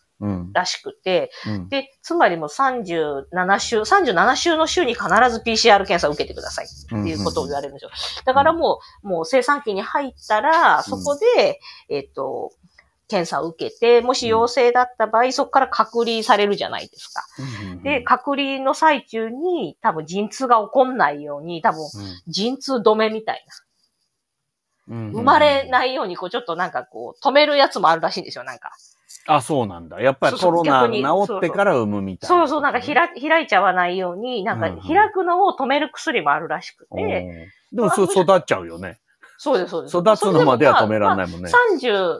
Speaker 2: らしくて、で、つまりもう37週、37週の週に必ず PCR 検査を受けてくださいっていうことを言われるんですよ。だからもう、もう生産期に入ったら、そこで、えっと、検査を受けて、もし陽性だった場合、そこから隔離されるじゃないですか。で、隔離の最中に多分陣痛が起こんないように、多分陣痛止めみたいな。生まれないように、こう、ちょっとなんかこう、止めるやつもあるらしいんですよ、なんか。
Speaker 1: あ、そうなんだ。やっぱりコロナ治ってから産むみたいな。
Speaker 2: そうそう、なんかひら開いちゃわないように、なんか開くのを止める薬もあるらしくて。
Speaker 1: でも、そう育っちゃうよね。
Speaker 2: そうです、そうです。
Speaker 1: 育つのまでは止められないもんね。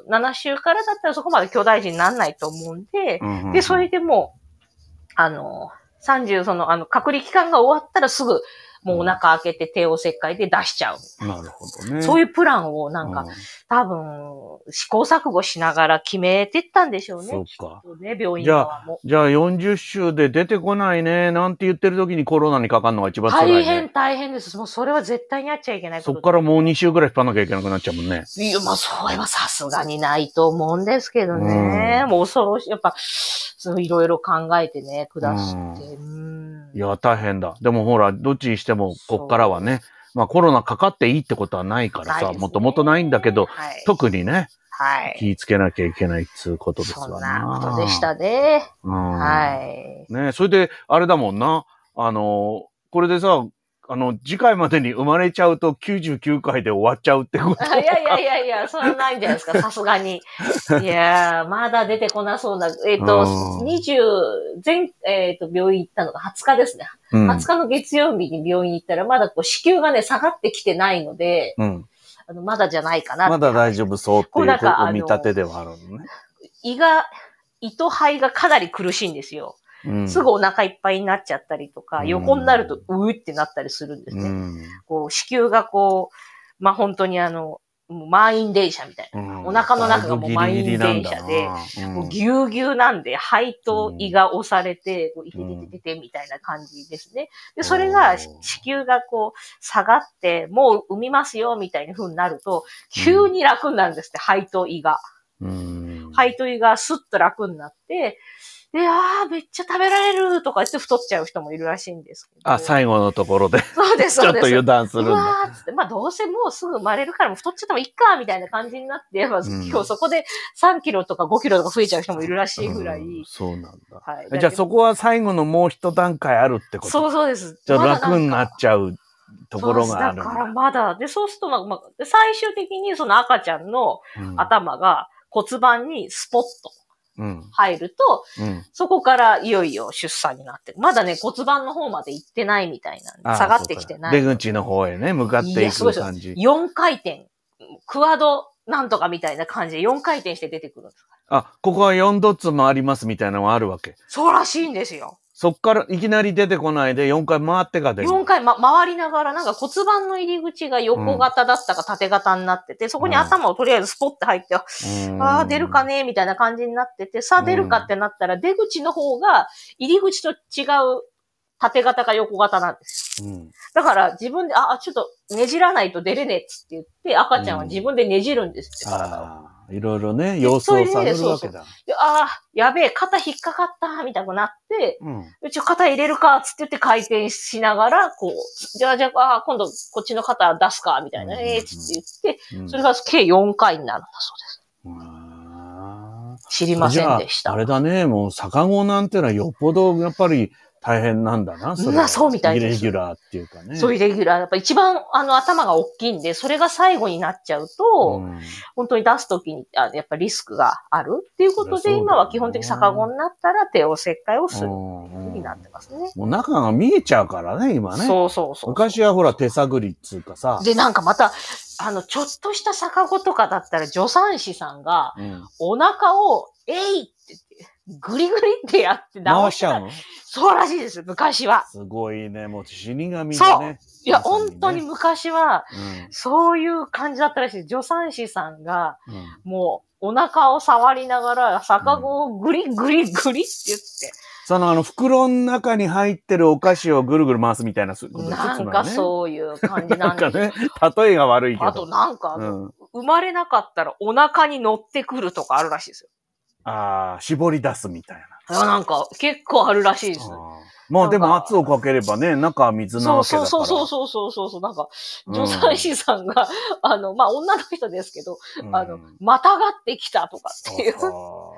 Speaker 2: まあ、37週からだったらそこまで巨大児にならないと思うんで、うんうんうん、で、それでもう、あの、30、その、あの、隔離期間が終わったらすぐ、もうお腹開けて帝王切開で出しちゃう、
Speaker 1: うん。なるほどね。
Speaker 2: そういうプランをなんか、うん、多分、試行錯誤しながら決めてったんでしょうね。
Speaker 1: そうか。
Speaker 2: ね、病院
Speaker 1: 側も。じゃあ、じゃあ40週で出てこないね、なんて言ってる時にコロナにかかるのが一番辛い、
Speaker 2: ね、大変大変です。もうそれは絶対にやっちゃいけない
Speaker 1: そこからもう2週ぐらい引っ張らなきゃいけなくなっちゃうもんね。
Speaker 2: いや、まあ、それはさすがにないと思うんですけどね。うん、もう恐ろしい。やっぱ、そのいろいろ考えてね、下して。
Speaker 1: いや、大変だ。でもほら、どっちにしても、こっからはね、まあコロナかかっていいってことはないからさ、ね、もともとないんだけど、はい、特にね、
Speaker 2: はい、
Speaker 1: 気ぃつけなきゃいけないっつうことですわ。
Speaker 2: な。そんなことでしたね。うん、はい
Speaker 1: ねそれで、あれだもんな、あの、これでさ、あの、次回までに生まれちゃうと99回で終わっちゃうってこと
Speaker 2: いやいやいやいや、それはないんじゃないですか、さす
Speaker 1: *laughs*
Speaker 2: がに。いやー、まだ出てこなそうな。えっ、ー、と、20、前、えっ、ー、と、病院行ったのが20日ですね、うん。20日の月曜日に病院行ったら、まだこう、子宮がね、下がってきてないので、うん、あのまだじゃないかな。
Speaker 1: まだ大丈夫そうっていうお見立てではあるのね。
Speaker 2: 胃が、胃と肺がかなり苦しいんですよ。うん、すぐお腹いっぱいになっちゃったりとか、うん、横になるとうーってなったりするんですね。うん、こう子宮がこう、まあ、本当にあの、満員電車みたいな。お腹の中がもう満員電車で、もうぎゅうぎゅうなんで、肺と胃が押されて、こういてててててみたいな感じですね。で、それが子宮がこう下がって、もう産みますよみたいな風になると、急に楽になるんですって、肺と胃が。肺と胃がスッと楽になって、で、ああ、めっちゃ食べられるとか言って太っちゃう人もいるらしいんですけど。
Speaker 1: あ、最後のところで。
Speaker 2: *laughs* そうです、
Speaker 1: そうです。ちょっと油断するんだ。、
Speaker 2: わつって、まあどうせもうすぐ生まれるから太っちゃってもいっか、みたいな感じになって、まあ、今日そこで3キロとか5キロとか増えちゃう人もいるらしいぐらい。うん
Speaker 1: そうなんだ。はい。じゃあそこは最後のもう一段階あるってこと
Speaker 2: そうそうです。
Speaker 1: じゃあ楽になっちゃう。ところがある
Speaker 2: だ。だからまだ、で、そうすると、まあ、まあ、最終的にその赤ちゃんの頭が骨盤にスポッと、うん、入ると、うん、そこからいよいよ出産になってまだね、骨盤の方まで行ってないみたいなんで、下がってきてな
Speaker 1: 出
Speaker 2: い。
Speaker 1: 口の方へね、向かっていく感じ。
Speaker 2: 4回転、クワドなんとかみたいな感じで4回転して出てくるんです
Speaker 1: あ、ここは4ドッツもありますみたいなのがあるわけ。
Speaker 2: そうらしいんですよ。
Speaker 1: そっからいきなり出てこないで4回回ってから出る。
Speaker 2: 4回、ま、回りながら、なんか骨盤の入り口が横型だったか縦型になってて、うん、そこに頭をとりあえずスポッて入って、うん、ああ、出るかねみたいな感じになってて、さあ出るかってなったら、出口の方が入り口と違う縦型か横型なんです。うん、だから自分で、あ、あ、ちょっとねじらないと出れねえっつって言って、赤ちゃんは自分でねじるんですって、体を。
Speaker 1: いろいろね、様子を探るわけだ。
Speaker 2: でああ、やべえ、肩引っかかった、みたいになって、うん、ちょ、肩入れるか、つってって回転しながら、こう、じゃあ、じゃあ、あ今度、こっちの肩出すか、みたいな、うんうん、ええー、つって言って、うん、それが計4回になるんだそうです。うん、知りませんでした。
Speaker 1: あれだね、もう、逆子なんてのはよっぽど、やっぱり、大変なんだな、
Speaker 2: それ。な、そうみた
Speaker 1: で
Speaker 2: い
Speaker 1: す。イレギュラーっていうかね。
Speaker 2: そう、イレギュラー。やっぱ一番、あの、頭が大きいんで、それが最後になっちゃうと、うん、本当に出すときにあ、やっぱりリスクがあるっていうことで、今は基本的に逆子になったら、帝王切開をするっていうふうになってますね、うんうん。
Speaker 1: もう中が見えちゃうからね、今ね。
Speaker 2: そうそうそう
Speaker 1: 昔はほら、手探りっつうかさ。
Speaker 2: で、なんかまた、あの、ちょっとした逆子とかだったら、助産師さんが、お腹を、えいってぐりぐりってやって
Speaker 1: 直しちゃうの
Speaker 2: そうらしいです、昔は。
Speaker 1: すごいね、もう死神がね。。
Speaker 2: そういや、本当に昔は、そういう感じだったらしい。助産師さんが、もう、お腹を触りながら、逆子をグリグリグリって言って、
Speaker 1: そのあの袋の中に入ってるお菓子をぐるぐる回すみたいなそういうことですね
Speaker 2: なん
Speaker 1: つま
Speaker 2: かそういう感じ
Speaker 1: りね。な
Speaker 2: な
Speaker 1: んん
Speaker 2: で
Speaker 1: *laughs* か
Speaker 2: すよ。
Speaker 1: ね、例えが悪いけど。
Speaker 2: あとなんか、
Speaker 1: うん、
Speaker 2: 生まれなかったらお腹に乗ってくるとかあるらしいですよ。
Speaker 1: ああ、絞り出すみたいな。
Speaker 2: いやなんか結構あるらしいです。
Speaker 1: あーまあでも圧をかければね、中は水な
Speaker 2: そう
Speaker 1: わけだか
Speaker 2: そう
Speaker 1: ら。
Speaker 2: そうそうそうそうそうそう、なんか、
Speaker 1: うん
Speaker 2: 助産師さんが、 *laughs* あの、まあ、女の人ですけど、
Speaker 1: うん
Speaker 2: あの、またがってきたとかっていう。
Speaker 1: あー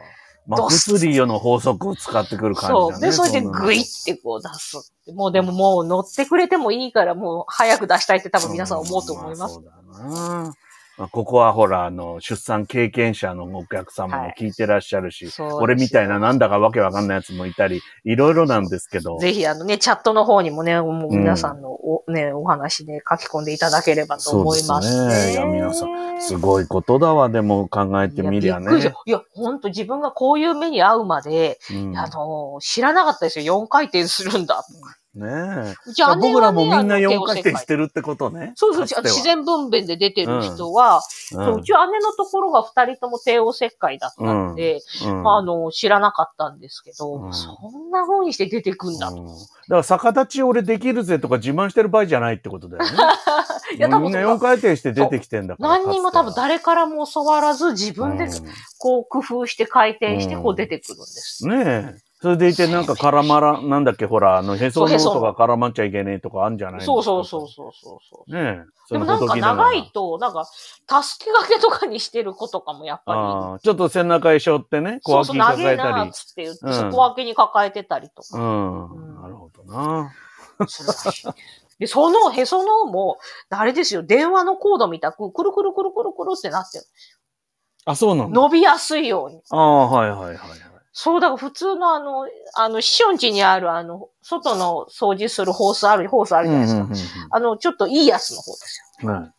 Speaker 1: まあ、
Speaker 2: どうす
Speaker 1: 物理世の法則を使ってくる感じ
Speaker 2: そ
Speaker 1: だ
Speaker 2: う。
Speaker 1: ね。
Speaker 2: で、それで
Speaker 1: んなの
Speaker 2: グイってこう出すって。もうでももう乗ってくれてもいいから、もう早く出したいって多分皆さん思うと思います。
Speaker 1: うんまあそうだな。まあここはほら、あの、出産経験者のお客様も聞いてらっしゃるし、
Speaker 2: そうですよ
Speaker 1: 俺みたいななんだかわけわかんないやつもいたり、いろいろなんですけど。
Speaker 2: ぜひあのね、チャットの方にもね、もう
Speaker 1: うん
Speaker 2: 皆さんのお,、ね、お話ね、書き込んでいただければと思います、
Speaker 1: そうですねいや皆さすごいことだわ、でも考えてみ
Speaker 2: い
Speaker 1: り
Speaker 2: や
Speaker 1: ゃ
Speaker 2: びっくりし
Speaker 1: ね
Speaker 2: た。いや、ほんと自分がこういう目に遭うまで、
Speaker 1: うん
Speaker 2: あの、知らなかったですよ。4回転するんだ。
Speaker 1: ねえ。
Speaker 2: うち姉はね
Speaker 1: 僕らもみんな4回
Speaker 2: あ
Speaker 1: 転
Speaker 2: の帝王切開
Speaker 1: してるってことね。
Speaker 2: そうそう、
Speaker 1: かつて
Speaker 2: あの
Speaker 1: は
Speaker 2: 自然分娩で出てる人は、
Speaker 1: う
Speaker 2: そううち姉のところが2人とも帝王切開だったんで、
Speaker 1: ん
Speaker 2: まあ、あの、知らなかったんですけど、
Speaker 1: うん
Speaker 2: そんな風にして出てくんだ
Speaker 1: う
Speaker 2: と。
Speaker 1: んだから逆立ち俺できるぜとか自慢してる場合じゃないってことだよね。
Speaker 2: *laughs* いや、多
Speaker 1: み
Speaker 2: 分
Speaker 1: ん
Speaker 2: そ
Speaker 1: な
Speaker 2: う
Speaker 1: 4回転して出てきてんだから。
Speaker 2: 何にも多分
Speaker 1: か
Speaker 2: 誰からも教わらず自
Speaker 1: つては
Speaker 2: 分で
Speaker 1: うん
Speaker 2: こう工夫して回転して
Speaker 1: うん
Speaker 2: こう出てくるんです。
Speaker 1: ねえ。それでいてなんか絡まら、なんだっけ、ほら、あの、へその
Speaker 2: そうへそ
Speaker 1: 音が絡まっちゃいけねえとかあんじゃない
Speaker 2: そうそうそうそうそうそう。
Speaker 1: う。ねえ。
Speaker 2: でもなんか長い
Speaker 1: と
Speaker 2: と、なんか、たすき掛けとかにしてる子とかもやっぱ
Speaker 1: ああ、ちょっと背中へしょってね、
Speaker 2: り、
Speaker 1: 小
Speaker 2: そう
Speaker 1: 脇
Speaker 2: そう、
Speaker 1: に抱
Speaker 2: 長え
Speaker 1: えた
Speaker 2: なっ
Speaker 1: り。
Speaker 2: つって言って、
Speaker 1: うん
Speaker 2: 小脇に抱えてたりと
Speaker 1: う
Speaker 2: か
Speaker 1: ん。なるほどな。
Speaker 2: するらしい。
Speaker 1: *laughs*
Speaker 2: で、そのへその緒も、あれですよ、電話のコードみたく、くるくるくるくるくるってなってる。
Speaker 1: あ、そうなんだ。
Speaker 2: 伸びやすいように。
Speaker 1: ああ、はいはいはいはい。
Speaker 2: そう、だから普通のあの、あの、シオン地にあるあの、外の掃除するホースある、ホースあるじゃないですか。
Speaker 1: うんうんうん
Speaker 2: あの、ちょっといいやつの方です
Speaker 1: うんはい
Speaker 2: よ。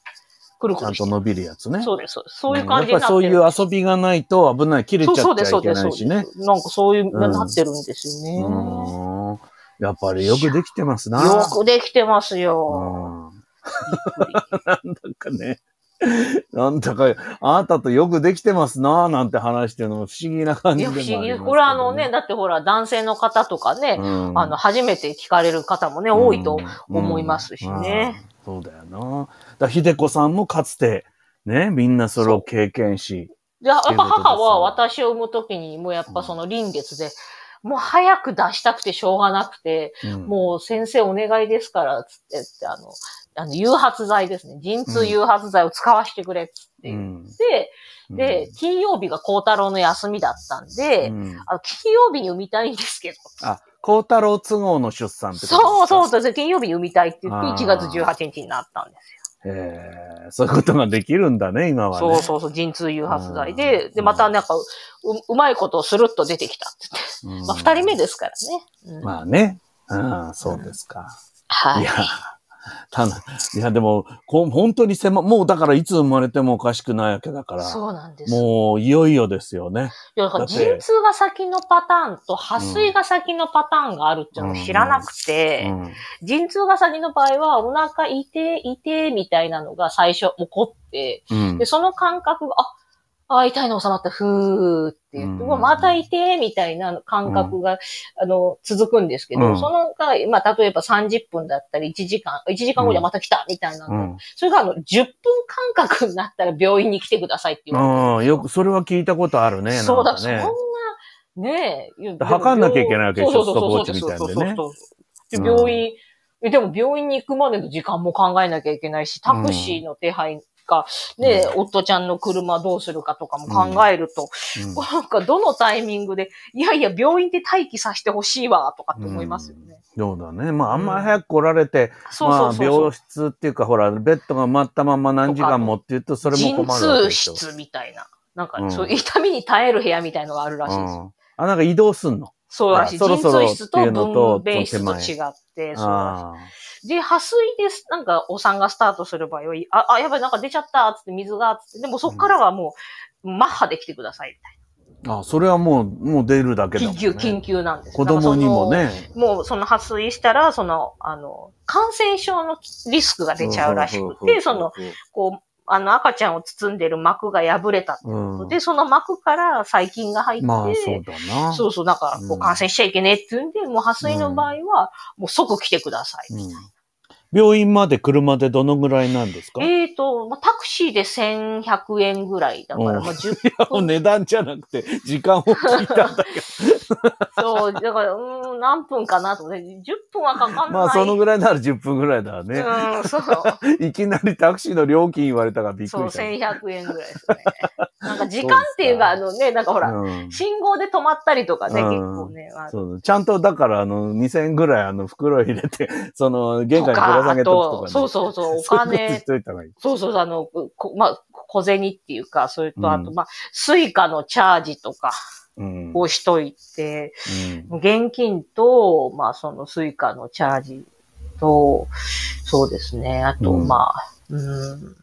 Speaker 2: くる
Speaker 1: ち
Speaker 2: く
Speaker 1: ゃん
Speaker 2: るして
Speaker 1: と伸びるやつね。
Speaker 2: そうです、そうです。そういう感じになって
Speaker 1: うんやっぱ
Speaker 2: る。
Speaker 1: りそういう遊びがないと危ない、切れちゃっち
Speaker 2: そうで
Speaker 1: ゃ
Speaker 2: す、そう
Speaker 1: いけ
Speaker 2: です、
Speaker 1: な
Speaker 2: そう
Speaker 1: い
Speaker 2: です
Speaker 1: しね。。
Speaker 2: なんかそういう、
Speaker 1: うん
Speaker 2: なってるんですよね。
Speaker 1: う
Speaker 2: よ
Speaker 1: ーんやっぱりよくできてますな。
Speaker 2: くできてます
Speaker 1: う
Speaker 2: よ。
Speaker 1: んなんだかね。なんだか、あなたとよくできてますな、なんて話してるのも不思議な感
Speaker 2: い
Speaker 1: じで
Speaker 2: や、
Speaker 1: もあり
Speaker 2: 不
Speaker 1: ますけど
Speaker 2: 思
Speaker 1: ね、
Speaker 2: 議。これあのね、だってほら、男性の方とかね、
Speaker 1: うん、
Speaker 2: あの、初めて聞かれる方もね、多いと思いますしね
Speaker 1: うん。うんそうだよな。だから秀子さんもかつて、ね、みんなそれを経験し、
Speaker 2: で、やっ
Speaker 1: っていう
Speaker 2: ぱ
Speaker 1: ことです
Speaker 2: 母は私を産むときに、もうやっぱその臨月で、もう早く出したくてしょうがなくて、
Speaker 1: うん
Speaker 2: もう先生お願いですから、つってって、あの、あの、誘発剤ですね。陣痛誘発剤を使わせてくれ、つって
Speaker 1: う
Speaker 2: 言っ
Speaker 1: ん
Speaker 2: て、で、金曜日が孝太郎の休みだったんで、
Speaker 1: うん
Speaker 2: あの金曜日に産みたいんですけど。
Speaker 1: あ、孝太郎都合の出産ってことですか
Speaker 2: そうそうそう、金曜日に産みたいって言
Speaker 1: あ
Speaker 2: って、
Speaker 1: ー
Speaker 2: 1月18日になったんで
Speaker 1: へ
Speaker 2: す
Speaker 1: えそういうことができるんだね、今はね。
Speaker 2: よ。そうそうそう、陣痛誘発剤で、
Speaker 1: うん
Speaker 2: で、またなんか、う、うまいことをスルッと出てきたって言って。
Speaker 1: うん。
Speaker 2: まあ、二人目ですからね。うん
Speaker 1: まあね。うん、そうですか。
Speaker 2: はいい。
Speaker 1: や、ただ、いや、でも、こう本当に狭、もうだからいつ生まれてもおかしくないわけだから、
Speaker 2: そうなんです。い
Speaker 1: もういよいよですよね。
Speaker 2: や、だか
Speaker 1: だ
Speaker 2: ら
Speaker 1: って
Speaker 2: 陣痛が先のパターンと、破水が先のパターンがあるっていうのを知らなく
Speaker 1: う
Speaker 2: て、
Speaker 1: ん。
Speaker 2: 陣痛が先の場合は、お腹痛い、痛いみたいなのが最初起こって、
Speaker 1: うん
Speaker 2: で、。その感覚が、あ、あ、痛いの収まった、ふーって言って、
Speaker 1: うん
Speaker 2: うわまた痛いみたいな感覚が、あの、続くんですけど、
Speaker 1: うん
Speaker 2: その間、まあ、例えば30分だったり、1時間、1時間後じゃまた来た、みたいな
Speaker 1: う
Speaker 2: の
Speaker 1: ん
Speaker 2: それがあの、10分間隔になったら病院に来てくださいって言わ
Speaker 1: うん、よく、それは聞いたことあるね。
Speaker 2: れて。そうだ、
Speaker 1: なん
Speaker 2: そ
Speaker 1: か
Speaker 2: ん
Speaker 1: ね
Speaker 2: な、ねえ。
Speaker 1: 測んなきゃいけないわけでしょ
Speaker 2: そうそうそう
Speaker 1: ストップウォッチみたいなね
Speaker 2: そうそうそう
Speaker 1: うん
Speaker 2: そうで、病院、えでも病院に行くまでの時間も考えなきゃいけないし、タクシーの手配か、ねえ、夫ちゃんの車どうするかとかも考えると、
Speaker 1: うん
Speaker 2: なんかどのタイミングで、いやいや、病院で待機させてほしいわ、とかって思いますよね。
Speaker 1: そうだね。まあ、あんま早く来られて、
Speaker 2: そうそ
Speaker 1: ま
Speaker 2: う
Speaker 1: あ、
Speaker 2: そうそう
Speaker 1: 病。室っていうか、ほら、ベッドが埋まったまま何時間もって言うと、それも
Speaker 2: 陣
Speaker 1: 困るわけで
Speaker 2: 痛
Speaker 1: しょ。
Speaker 2: 室みたいな。なんか、
Speaker 1: うん
Speaker 2: そう、痛みに耐える部屋みたいのがあるらしいですよ。
Speaker 1: うんあ、なんか移動すんの
Speaker 2: そうらしい。
Speaker 1: あそろ
Speaker 2: 陣
Speaker 1: そろ
Speaker 2: 痛室と
Speaker 1: っていうのと
Speaker 2: 分娩室と違って、そうら
Speaker 1: ああ
Speaker 2: しい。で、破水です。なんか、お産がスタートする場合は、あ、あ、やばい、なんか出ちゃった、つって水が、つって。でもそっからはもう、マッハで来てください、
Speaker 1: あ、それはもう、もう出るだけ
Speaker 2: み
Speaker 1: だ
Speaker 2: たい
Speaker 1: も
Speaker 2: な。
Speaker 1: ん、ね。
Speaker 2: 緊急、緊急なんです
Speaker 1: 子供にも。ね。
Speaker 2: なんかそのもう、その破水したら、その、あの、感染症のリスクが出ちゃうらしくて、その、、こう、あの赤ちゃんを包んでる膜が破れたってことで、その膜から細菌が入って、
Speaker 1: まあ、そうだな。
Speaker 2: そうそう、なんか、
Speaker 1: う
Speaker 2: こうん感染しちゃいけねえって言うんで、もう破水の場合は、もう即来てください。
Speaker 1: うん病院まで車でどのぐらいなんですか
Speaker 2: えーと、まあ、タクシーで1100円ぐらいだから、
Speaker 1: うん
Speaker 2: まあ、10
Speaker 1: お値段じゃなくて、時間を聞い
Speaker 2: *laughs*
Speaker 1: たんだけ
Speaker 2: そう、だから、うーん、何分かなと思って、10分はかかんな
Speaker 1: ど。
Speaker 2: い。
Speaker 1: まあ、そのぐらいなら10分ぐらいだわね。
Speaker 2: うん、そう。
Speaker 1: いきなりタクシーの料金言われたからびっく
Speaker 2: そう、
Speaker 1: りした。
Speaker 2: 1100円ぐらいですね。なんか時間っていうか、あのね、なんかほら、
Speaker 1: うん
Speaker 2: 信号で止まったりとかね、
Speaker 1: うん
Speaker 2: 結構ね。あの
Speaker 1: そうちゃんと、だから、あの、2000円ぐらい、あの、袋入れて、 *laughs* その、玄関にぶら下げとくとか、ね。
Speaker 2: そうそうそう、お
Speaker 1: そういうこと
Speaker 2: 金
Speaker 1: し、といた方がいい。
Speaker 2: そうそう、あの、こまあ、小銭っていうか、それ
Speaker 1: うん
Speaker 2: と、あと、まあ、スイカのチャージとか
Speaker 1: うん。
Speaker 2: をしといて、
Speaker 1: うん
Speaker 2: 現金と、まあ、そのスイカのチャージと、そうですね、あと、
Speaker 1: うん
Speaker 2: まあ、うん、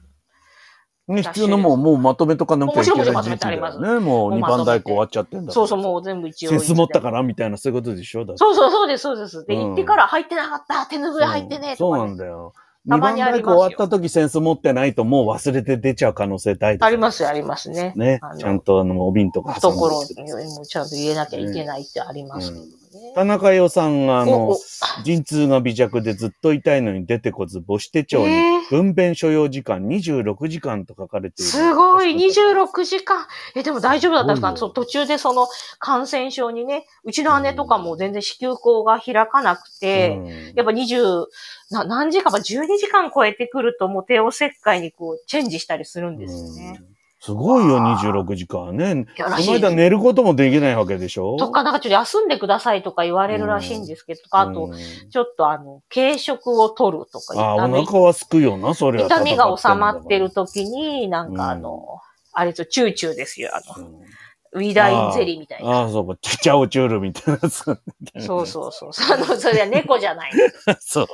Speaker 1: ね必要なもん、もうまとめとかなきゃいけない
Speaker 2: もちろんもち
Speaker 1: 時
Speaker 2: ろん
Speaker 1: 期だよ
Speaker 2: まとめ
Speaker 1: ね。もう
Speaker 2: もう
Speaker 1: 二
Speaker 2: まと
Speaker 1: 番
Speaker 2: めて
Speaker 1: 太鼓終わっちゃってんだから
Speaker 2: そうそう、もう全部一応。
Speaker 1: セス持ったからみたいな、そういうことでしょだって
Speaker 2: そうそう、そうです、そうです。で、
Speaker 1: うん
Speaker 2: 行ってから入ってなかった、手拭い入ってねえ
Speaker 1: そ
Speaker 2: と
Speaker 1: う
Speaker 2: か
Speaker 1: な
Speaker 2: ね、
Speaker 1: んだよ。
Speaker 2: た
Speaker 1: 二
Speaker 2: ま
Speaker 1: 番
Speaker 2: にあ
Speaker 1: 太
Speaker 2: り
Speaker 1: 鼓
Speaker 2: ますよ
Speaker 1: 終わった時センス持ってないともう忘れて出ちゃう可能性大です。
Speaker 2: ありますよ、ありますね。
Speaker 1: ね
Speaker 2: あ。の
Speaker 1: ちゃんとあの、お瓶とか挟
Speaker 2: とこ
Speaker 1: ん
Speaker 2: ろ
Speaker 1: で。
Speaker 2: にもちゃんと入れなきゃいけないってありますけどね。
Speaker 1: 田中洋さんがあ
Speaker 2: お
Speaker 1: の
Speaker 2: お、
Speaker 1: 陣痛が微弱でずっと痛いのに出てこず母子手帳に
Speaker 2: えー
Speaker 1: 分娩所要時間26時間と書かれている。
Speaker 2: すごい、26時間。え、でも大丈夫だったんですか
Speaker 1: すごいよ
Speaker 2: そう途中でその感染症にね、うちの姉とかも全然子宮口が開かなくて、
Speaker 1: うん
Speaker 2: やっぱ20な、何時間か12時間超えてくるともう帝王切開にこうチェンジしたりするんですよね。
Speaker 1: うんすごいよ、26時間ね。
Speaker 2: いや
Speaker 1: こ
Speaker 2: ら
Speaker 1: の
Speaker 2: しいです
Speaker 1: 間寝ることもできないわけでしょ
Speaker 2: とか、なんかちょっと休んでくださいとか言われるらしいんですけど、とか、あ
Speaker 1: う
Speaker 2: と、
Speaker 1: ん
Speaker 2: ちょっとあの、軽食を取るとか
Speaker 1: あ、
Speaker 2: 痛み
Speaker 1: お腹はすくよな、それは。
Speaker 2: 痛みが収まってる
Speaker 1: と。
Speaker 2: 時に、なんかあの、あれとチューチューですよ、あの、
Speaker 1: うん
Speaker 2: ウィダインゼリーみたいな。
Speaker 1: ああ、そうか。チャチャオチュールみたいなやつ。
Speaker 2: そうそうそう。あの、それは猫じゃない。
Speaker 1: *laughs* そう。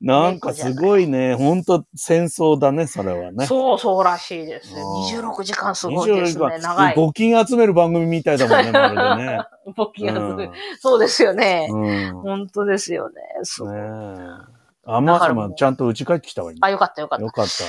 Speaker 1: なんかすごいね。ほんと戦争だね、それは *laughs* ね。
Speaker 2: そうそうらしいです。
Speaker 1: うん
Speaker 2: 26時間すごい
Speaker 1: 24
Speaker 2: です
Speaker 1: 時
Speaker 2: ね。
Speaker 1: 間
Speaker 2: 長い。
Speaker 1: 募金集める番組みたいだもんね、まるでね。
Speaker 2: 募金がすご
Speaker 1: う
Speaker 2: *laughs* い。そうですよね。
Speaker 1: んうん
Speaker 2: 本当ですよね。そう。
Speaker 1: ねえ。あまあまあちゃんと家帰ってきたわ、今。
Speaker 2: あ、よかったよかった
Speaker 1: よ。かった。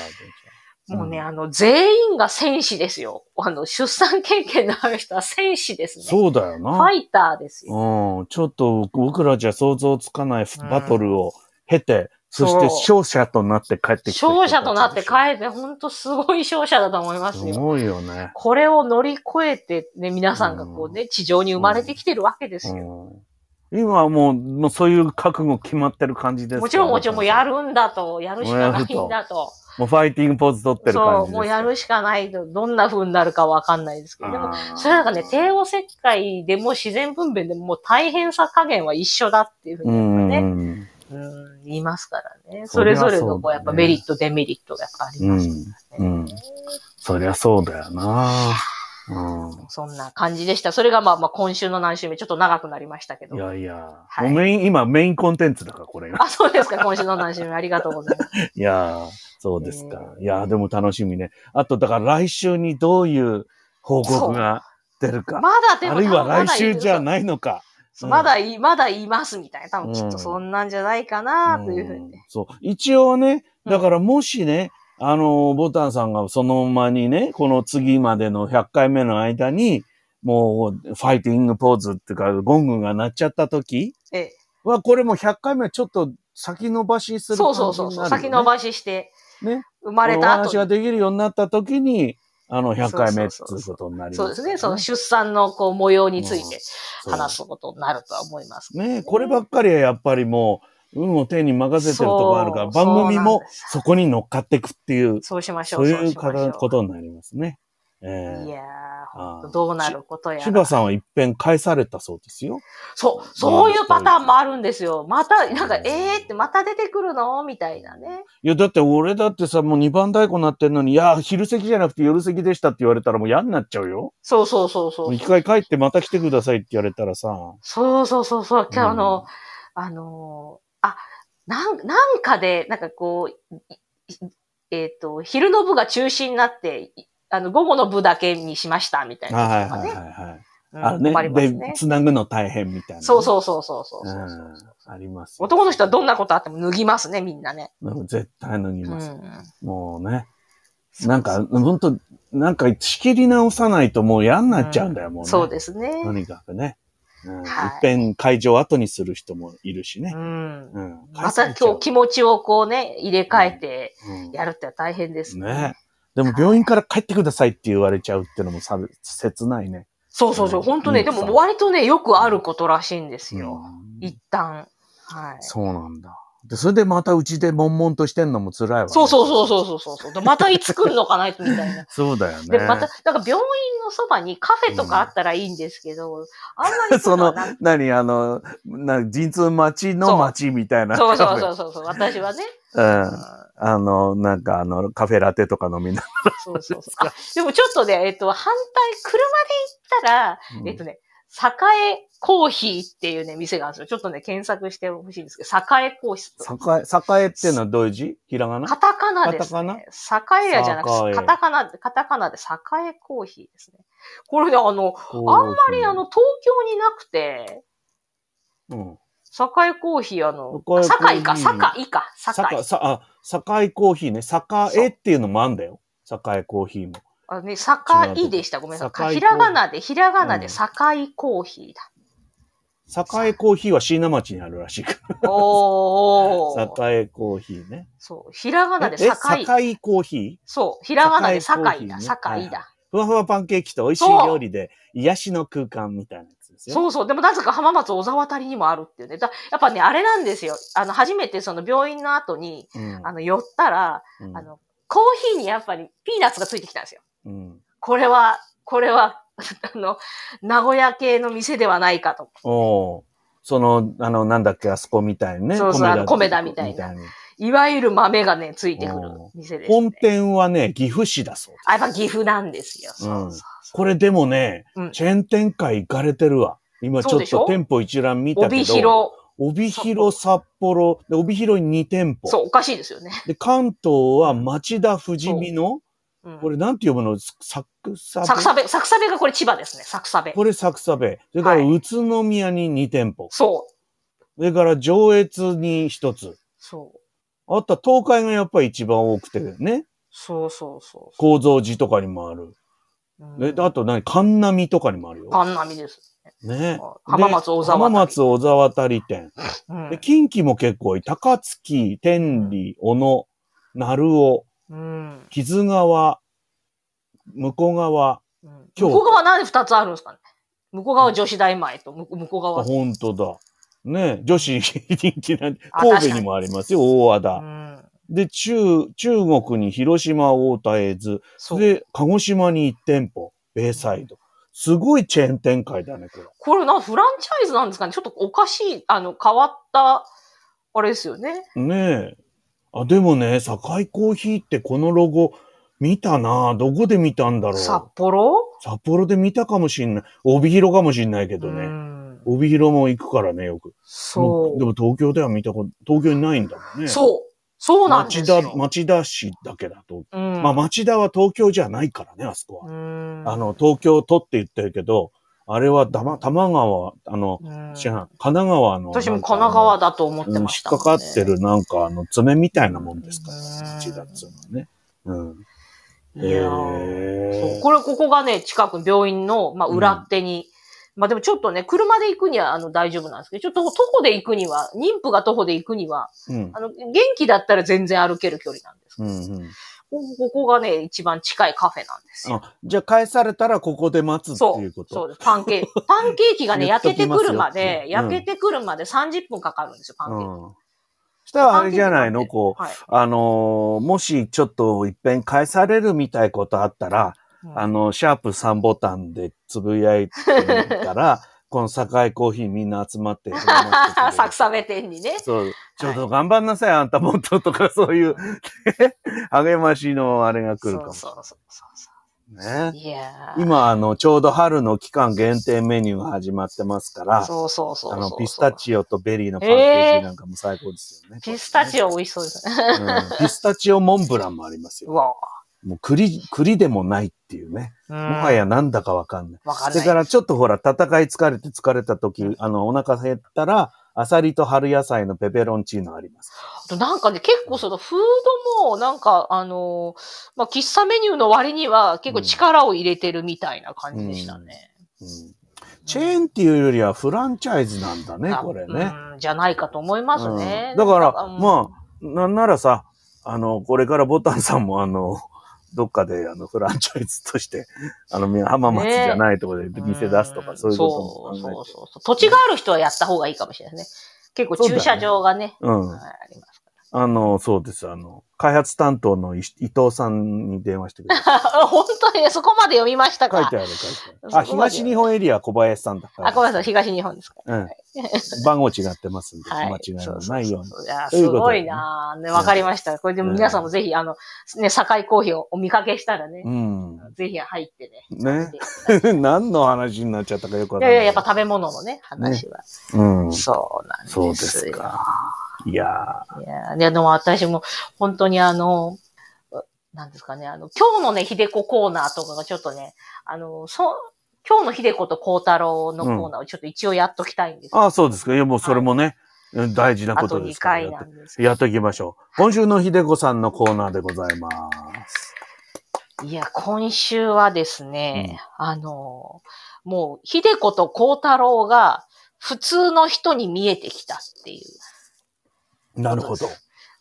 Speaker 2: もうね、
Speaker 1: うん
Speaker 2: あの、全員が戦士ですよ。あの、出産経験のある人は戦士ですね。
Speaker 1: そうだよ
Speaker 2: フ
Speaker 1: な。
Speaker 2: ァイターですよ。
Speaker 1: うん。ちょっと僕らじゃ想像つかない
Speaker 2: うん
Speaker 1: バトルを経て、そして勝者となって帰ってきた人たち。
Speaker 2: 勝者となって帰って、本当すごい勝者だと思います
Speaker 1: す
Speaker 2: よ。
Speaker 1: ごいよね。
Speaker 2: これを乗り越えて、ね、皆さんがこうね、地上に生まれてきてるわけですよ。
Speaker 1: うん今はもう、もうそういう覚悟決まってる感じですか
Speaker 2: もちろんもちろんもうやるんだと、やるしかないんだと。
Speaker 1: もうファイティングポーズ取ってる感じ
Speaker 2: そ
Speaker 1: です
Speaker 2: う、
Speaker 1: か
Speaker 2: もうやるしかないと、どんな風になるかわかんないですけど、でも、
Speaker 1: あー
Speaker 2: それなんかね、帝王切開でも自然分娩でももう大変さ加減は一緒だっていうふう
Speaker 1: う
Speaker 2: に
Speaker 1: んう
Speaker 2: ね、
Speaker 1: ん
Speaker 2: うん、言いますからね。
Speaker 1: そ
Speaker 2: そ
Speaker 1: りゃ
Speaker 2: れ
Speaker 1: そうだ
Speaker 2: ぞ
Speaker 1: ね
Speaker 2: れのこう、やっぱメリット、デメリットがやっぱあり
Speaker 1: う
Speaker 2: ます
Speaker 1: ん。
Speaker 2: ね。
Speaker 1: うん。そりゃそうだよな。う
Speaker 2: そんな感じでした。それがまあまあ今週の何週目、ちょっと長くなりましたけ
Speaker 1: ん。い
Speaker 2: ど。
Speaker 1: やいや。
Speaker 2: はい
Speaker 1: もうメイン、今メインコンテンツだから、これが。 *laughs*
Speaker 2: あ、そうですか、今週の何週目、ありがとうございます。
Speaker 1: いやーそうですか。いやーでも楽しみね。あと、だから来週にどういう報告が出る
Speaker 2: ま
Speaker 1: か。
Speaker 2: だで
Speaker 1: あ
Speaker 2: も、
Speaker 1: るいは
Speaker 2: 多分
Speaker 1: 来週じゃ
Speaker 2: まだ
Speaker 1: ないのか。うん
Speaker 2: まだい、まだいますみたいな。多分きっ
Speaker 1: うん
Speaker 2: とそんなんじゃないかな、というふうに
Speaker 1: ん。そう。一応ね、だからもしね、あの、ボタンさんがその間にね、この次までの100回目の間に、もう、ファイティングポーズっていうか、ゴングが鳴っちゃった時
Speaker 2: ええ
Speaker 1: は、これも100回目はちょっと先延ばしする感
Speaker 2: そう
Speaker 1: じになる
Speaker 2: そ
Speaker 1: よ、
Speaker 2: う
Speaker 1: ね。
Speaker 2: そうそう。先延ばしして、
Speaker 1: ね
Speaker 2: 生
Speaker 1: こ
Speaker 2: まれ
Speaker 1: のお
Speaker 2: た後
Speaker 1: 話が
Speaker 2: に。
Speaker 1: できるようになった時に、あの、100回目って
Speaker 2: そう
Speaker 1: い
Speaker 2: そうう
Speaker 1: こ
Speaker 2: そ
Speaker 1: とになります、
Speaker 2: そうですね。その出産のこう模様について
Speaker 1: そう
Speaker 2: 話すことになるとは思います。
Speaker 1: ねこればっかりはやっぱりもう、運を手に任せてるところあるから、
Speaker 2: そう
Speaker 1: 番組
Speaker 2: そう
Speaker 1: も
Speaker 2: なんです
Speaker 1: そこに乗っかっていくっていう、
Speaker 2: そうしましょ
Speaker 1: そう
Speaker 2: う。
Speaker 1: いう
Speaker 2: しましょう
Speaker 1: ことになりますね。え
Speaker 2: い
Speaker 1: え
Speaker 2: やー、
Speaker 1: あー
Speaker 2: ほんとどうなることや
Speaker 1: 千葉
Speaker 2: ら。
Speaker 1: さんは一遍返されたそうですよ。
Speaker 2: そう、そういうパターンもあるんですよ。また、なんか、えーってまた出てくるのみたいなね。
Speaker 1: いや、だって俺だってさ、もう二番太鼓なってんのに、いや、昼席じゃなくて夜席でしたって言われたらもう嫌になっちゃうよ。
Speaker 2: そうそうそうそ
Speaker 1: もう
Speaker 2: う。
Speaker 1: 一回帰ってまた来てくださいって言われたらさ。
Speaker 2: そうそうそうそう。今日あ
Speaker 1: うん
Speaker 2: の、あのーあ、なん、なんかで、なんかこう、いいえっ、と、昼の部が中止になって、いあの、午後の部だけにしました、みたいな。
Speaker 1: はい
Speaker 2: とか
Speaker 1: はいはい
Speaker 2: ね
Speaker 1: はい。
Speaker 2: うん
Speaker 1: あのね
Speaker 2: 困ります
Speaker 1: で
Speaker 2: ね、。
Speaker 1: 繋ぐの大変みたいな。
Speaker 2: そう
Speaker 1: う。
Speaker 2: そうそうそうそうそう、
Speaker 1: ん、あります。
Speaker 2: 男の人はどんなことあっても脱ぎますね、みんなね。
Speaker 1: でも絶対脱ぎ
Speaker 2: う
Speaker 1: ます。
Speaker 2: ん。
Speaker 1: もうね。なんか、本当なんか仕切り直さないともう嫌になっちゃうんだよ、もうね。
Speaker 2: そうですね。
Speaker 1: とにかくね。うん。
Speaker 2: はい
Speaker 1: いっぺん会場後にする人もいるしね
Speaker 2: う。ん。
Speaker 1: うん。
Speaker 2: また今日気持ちをこうね、入れ替えて
Speaker 1: うん
Speaker 2: やるって大変です
Speaker 1: ね。でも病院から帰ってくださいって言われちゃうっていうのもさ切ないね。
Speaker 2: そうそうそう、
Speaker 1: うん
Speaker 2: 本当ね、
Speaker 1: うん
Speaker 2: でも割とね、よくあることらしいんですよ。
Speaker 1: うん
Speaker 2: 一旦。はい。
Speaker 1: そうなんだ。で、それでまたうちで悶々としてんのも辛いわ、ね。
Speaker 2: そうそうそうそうそうそう。でまたいつ来るのかな、みたい *laughs* な。
Speaker 1: そうだよね。
Speaker 2: で、また、なんか病院のそばにカフェとかあったらいいんですけど、あんまり
Speaker 1: そ
Speaker 2: *laughs* そういう
Speaker 1: の
Speaker 2: はなく、
Speaker 1: 何、あの、な、陣痛待ちの待ちみたいな。
Speaker 2: そうそう
Speaker 1: う。
Speaker 2: そうそうそう、私はね。
Speaker 1: うん
Speaker 2: う。ん
Speaker 1: あの、なんかあの、カフェラテとか飲みなが
Speaker 2: そうそうそう。 *laughs* あ、でもちょっとね、えっと、反対、車で行ったら、
Speaker 1: ら。
Speaker 2: えっとね、栄コーヒーっていうね、店があるんですよ。ちょっとね、検索してほしいんですけど、栄コーヒーと。
Speaker 1: うん、栄、栄っていうのはどういう字ひらがな
Speaker 2: カタカナですね。栄屋じゃなく
Speaker 1: 栄
Speaker 2: て、カタカナ、カタカナで栄コーヒーですね。これね、あの、あんまりあ、の、東京になくて、
Speaker 1: うん。
Speaker 2: 栄コーヒー、あの、
Speaker 1: 栄コーヒー
Speaker 2: 堺か、堺か、堺
Speaker 1: 栄。さあ、栄コーヒーね。栄っていうのもあんだよ。栄コーヒーも。
Speaker 2: あのね、堺でした。ごめんなさい。
Speaker 1: 堺
Speaker 2: ひらがなで、ひらがな
Speaker 1: う
Speaker 2: で
Speaker 1: ん
Speaker 2: 堺コーヒ
Speaker 1: *laughs*
Speaker 2: ーだ。
Speaker 1: 栄コーヒーは椎名町にあるらしいか *laughs*
Speaker 2: おー。
Speaker 1: ら。栄コーヒーね。
Speaker 2: そう、ひらがなで
Speaker 1: ええ
Speaker 2: 堺。
Speaker 1: 栄コーヒー
Speaker 2: そう、ひらがなで堺だ、
Speaker 1: 堺コーヒーね
Speaker 2: 堺
Speaker 1: は
Speaker 2: だ。
Speaker 1: ふわふわパンケーキと美味しい
Speaker 2: そう
Speaker 1: 料理で癒しの空間みたいなやつですよ。
Speaker 2: そうそう。でもなぜか浜松小沢渡りにもあるっていうね。だやっぱね、あれなんですよ。あの、初めてその病院の後に、
Speaker 1: うん。
Speaker 2: あの、寄ったら、
Speaker 1: うん
Speaker 2: あ、の、コーヒーにやっぱりピーナッツがついてきたんですよ。
Speaker 1: うん。
Speaker 2: これは、これは、 *laughs* あの、名古屋系の店ではないかと。
Speaker 1: おーその、あの、なんだっけ、あそこみたいにね。
Speaker 2: そうそう
Speaker 1: 米田
Speaker 2: あの米田みたいなないわゆる豆がね、ついてくる店です、ね
Speaker 1: 本。店はね、岐阜市だそうです。
Speaker 2: あ、やっぱ岐阜なんですよ。そうそうそう
Speaker 1: これでもね、
Speaker 2: うん
Speaker 1: チェーン展開行かれてるわ。今ち
Speaker 2: そう
Speaker 1: ょっ
Speaker 2: でしょ
Speaker 1: と店舗一覧見たけど。
Speaker 2: 帯広。
Speaker 1: 帯広、札幌、で帯広に2店舗。
Speaker 2: そう、おかしいですよね。
Speaker 1: で、関東は町田富士見の、
Speaker 2: うん
Speaker 1: これなんて読むのササクサベ
Speaker 2: サクサベ、サクサベがこれ千葉ですね。サクサベ。
Speaker 1: これサクサベ。それから
Speaker 2: はい
Speaker 1: 宇都宮に2店舗。
Speaker 2: そう。
Speaker 1: それから上越に1つ。
Speaker 2: そう。
Speaker 1: あとは東海がやっぱり一番多くてね。
Speaker 2: そうそうそう
Speaker 1: 構造寺とかにもある。
Speaker 2: そう。
Speaker 1: であと何神波とかにもあるよ。
Speaker 2: パン並みです。
Speaker 1: ね。
Speaker 2: 浜松大沢渡り
Speaker 1: 浜松小沢渡り店。
Speaker 2: うん
Speaker 1: で、近畿も結構多い。高槻、天理、小野、鳴尾、
Speaker 2: うん。
Speaker 1: 木津川、向こう側。
Speaker 2: うん
Speaker 1: 京都
Speaker 2: 向こう側なんで二つあるんですかね向こう側女子大前と向向こう
Speaker 1: あ、
Speaker 2: 側。
Speaker 1: 本当だ。ね女子人気なんで
Speaker 2: あ
Speaker 1: 神
Speaker 2: 確
Speaker 1: 戸に
Speaker 2: かに
Speaker 1: もありますよ、大和
Speaker 2: う
Speaker 1: 田。
Speaker 2: ん。
Speaker 1: で、中、中国に広島、大田、絵津。
Speaker 2: そう。
Speaker 1: で、鹿児島に1店舗、ベイサイド。すごいチェーン展開だね、これ。
Speaker 2: これな、フランチャイズなんですかねちょっとおかしい、あの、変わった、あれですよね。
Speaker 1: ねえ。あ、でもね、堺コーヒーってこのロゴ見たなどこで見たんだろう。
Speaker 2: 札幌
Speaker 1: 札幌で見たかもしんない。帯広かもしんないけど
Speaker 2: う
Speaker 1: ね。
Speaker 2: ん
Speaker 1: 帯広も行くからね、よく。
Speaker 2: そ
Speaker 1: で
Speaker 2: う。
Speaker 1: も東京では見たこと、東京にないんだもんね。
Speaker 2: そう。そうなんで
Speaker 1: 町
Speaker 2: す
Speaker 1: 田、
Speaker 2: よ。
Speaker 1: 町田市だけだと。
Speaker 2: うん
Speaker 1: まあ町田は東京じゃないからね、あそこは。
Speaker 2: うん
Speaker 1: あの、東京都って言ってるけど、あれはだま、多摩川、あの、
Speaker 2: う
Speaker 1: 違
Speaker 2: ん
Speaker 1: う、神奈川の。
Speaker 2: 私も神奈川
Speaker 1: だ
Speaker 2: だと思って
Speaker 1: うん
Speaker 2: ました
Speaker 1: 引
Speaker 2: も
Speaker 1: っ
Speaker 2: ん
Speaker 1: かか
Speaker 2: ね。
Speaker 1: ってるなんかあの爪みたいなもんですから、
Speaker 2: うん
Speaker 1: 町田っつうのはね。うん。
Speaker 2: いやーそうこれ、ここがね、近く、病院の、まあ、裏手に。まあ、でもちょっとね、車で行くには、あの、大丈夫なんですけど、ちょっと徒歩で行くには、妊婦が徒歩で行くには、
Speaker 1: うん
Speaker 2: あの、元気だったら全然歩ける距離なんですけ
Speaker 1: う
Speaker 2: ど、
Speaker 1: んうん
Speaker 2: ここここがね、一番近いカフェなんですよ。
Speaker 1: あじゃあ返されたらここで待つって
Speaker 2: そ
Speaker 1: いううこと。
Speaker 2: そうです。パンケーキ。パンケー
Speaker 1: *laughs*
Speaker 2: キがね、
Speaker 1: 言っと
Speaker 2: 焼け
Speaker 1: き
Speaker 2: て
Speaker 1: ます
Speaker 2: く
Speaker 1: よ
Speaker 2: るまで、
Speaker 1: うん
Speaker 2: 焼けてくるまで30分かかるんですよ、パンケーキ。
Speaker 1: うん。したらあれじゃないのこう、
Speaker 2: はい。
Speaker 1: あのーもしちょっと一遍返されるみたいことあったら、
Speaker 2: うん
Speaker 1: あの、シャープ3ボタンでつぶやいてみた
Speaker 2: *laughs*
Speaker 1: ら、この堺コーヒーみんな集まって。
Speaker 2: サクサベ店にね。
Speaker 1: そう。ちょっと頑張んなさい、あんたもっととか、そういう、励ましのあれが来るかも
Speaker 2: そうそうそうそ
Speaker 1: ね
Speaker 2: う。。いやー
Speaker 1: 今、あの、ちょうど春の期間限定メニューが始まってますから、
Speaker 2: そうそうそうそう。
Speaker 1: あの、ピスタチオとベリーのパンケーキなんかも最高ですよね。
Speaker 2: ピスタチ
Speaker 1: オ、
Speaker 2: オ美味しそうですね。
Speaker 1: うんピスタチオモンブランもあります
Speaker 2: う
Speaker 1: よ。
Speaker 2: わ
Speaker 1: もう栗、栗でもないっていうね。
Speaker 2: も
Speaker 1: もは。やなんだかわかんない。
Speaker 2: わかん
Speaker 1: そ
Speaker 2: な
Speaker 1: れ
Speaker 2: い。
Speaker 1: からちょっとほら、戦い疲れて疲れた時、あの、お腹減ったら、アサリと春野菜のペペロンチーノあります。
Speaker 2: あとなんかね、結構そのフードも、なんかあのーまあ、喫茶メニューの割には結構力を入れてるみたいな感じでしたね。
Speaker 1: うん、チェーンっていうよりはフランチャイズなんだね
Speaker 2: あ、
Speaker 1: これね。
Speaker 2: うん。じゃないかと思いますね。
Speaker 1: うんだから
Speaker 2: うん
Speaker 1: まなんならさ、あの、これからボタンさんもあの、どっかであのフランチャイズとして、あの、浜松じゃないところで店出すとか、そういうことも
Speaker 2: そうそ
Speaker 1: 考
Speaker 2: うそうそう。土地がある人はやった方がいいかもしれないですね。結構駐車場がね、
Speaker 1: えて。うん
Speaker 2: はい。ありますか
Speaker 1: あの、そうです。あの、開発担当のい伊藤さんに電話してくれ。
Speaker 2: ら。本当にね、そこまで読みました
Speaker 1: 書い
Speaker 2: か
Speaker 1: て。ある、書いてあ
Speaker 2: そこま
Speaker 1: る。
Speaker 2: で
Speaker 1: あ、東日本エリア小林さんだから。
Speaker 2: あ、ごめんなさい、東日本ですか。
Speaker 1: うん。番号違ってますんで、
Speaker 2: はい。
Speaker 1: 間違いのないように。
Speaker 2: そうそうそういや、
Speaker 1: という
Speaker 2: す
Speaker 1: こと
Speaker 2: ご
Speaker 1: で
Speaker 2: いなぁね、わかりました。これでも皆さんもぜひ、あの、ね、堺コーヒーをお見かけしたらね
Speaker 1: う、ん。 *laughs*
Speaker 2: ぜひ入ってね。
Speaker 1: ね。何の話になっちゃったかよくわ
Speaker 2: い
Speaker 1: かん
Speaker 2: や
Speaker 1: ないい。
Speaker 2: や、やっぱ食べ物のね、話は。
Speaker 1: うん。
Speaker 2: そうなんですよ
Speaker 1: そうですか。いや
Speaker 2: いや、ででも私も本当にあの、なんですかね、あの、今日のね、ひでこコーナーとかがちょっとね、あの、そう、今日のひでこと孝太郎のコーナーをちょっと一応やっときたいんです。
Speaker 1: ー。あ、そうですか。いや、もうそれもね、うん大事な
Speaker 2: あ
Speaker 1: こととで
Speaker 2: 2
Speaker 1: すから。
Speaker 2: 回
Speaker 1: や
Speaker 2: な
Speaker 1: っ
Speaker 2: んです
Speaker 1: て
Speaker 2: けど
Speaker 1: やっていきましょう。今週の秀子さんのコーナーでございます。
Speaker 2: いや、今週はですね、あの、もう、ひでこと孝太郎が普通の人に見えてきたっていう。
Speaker 1: なるほど。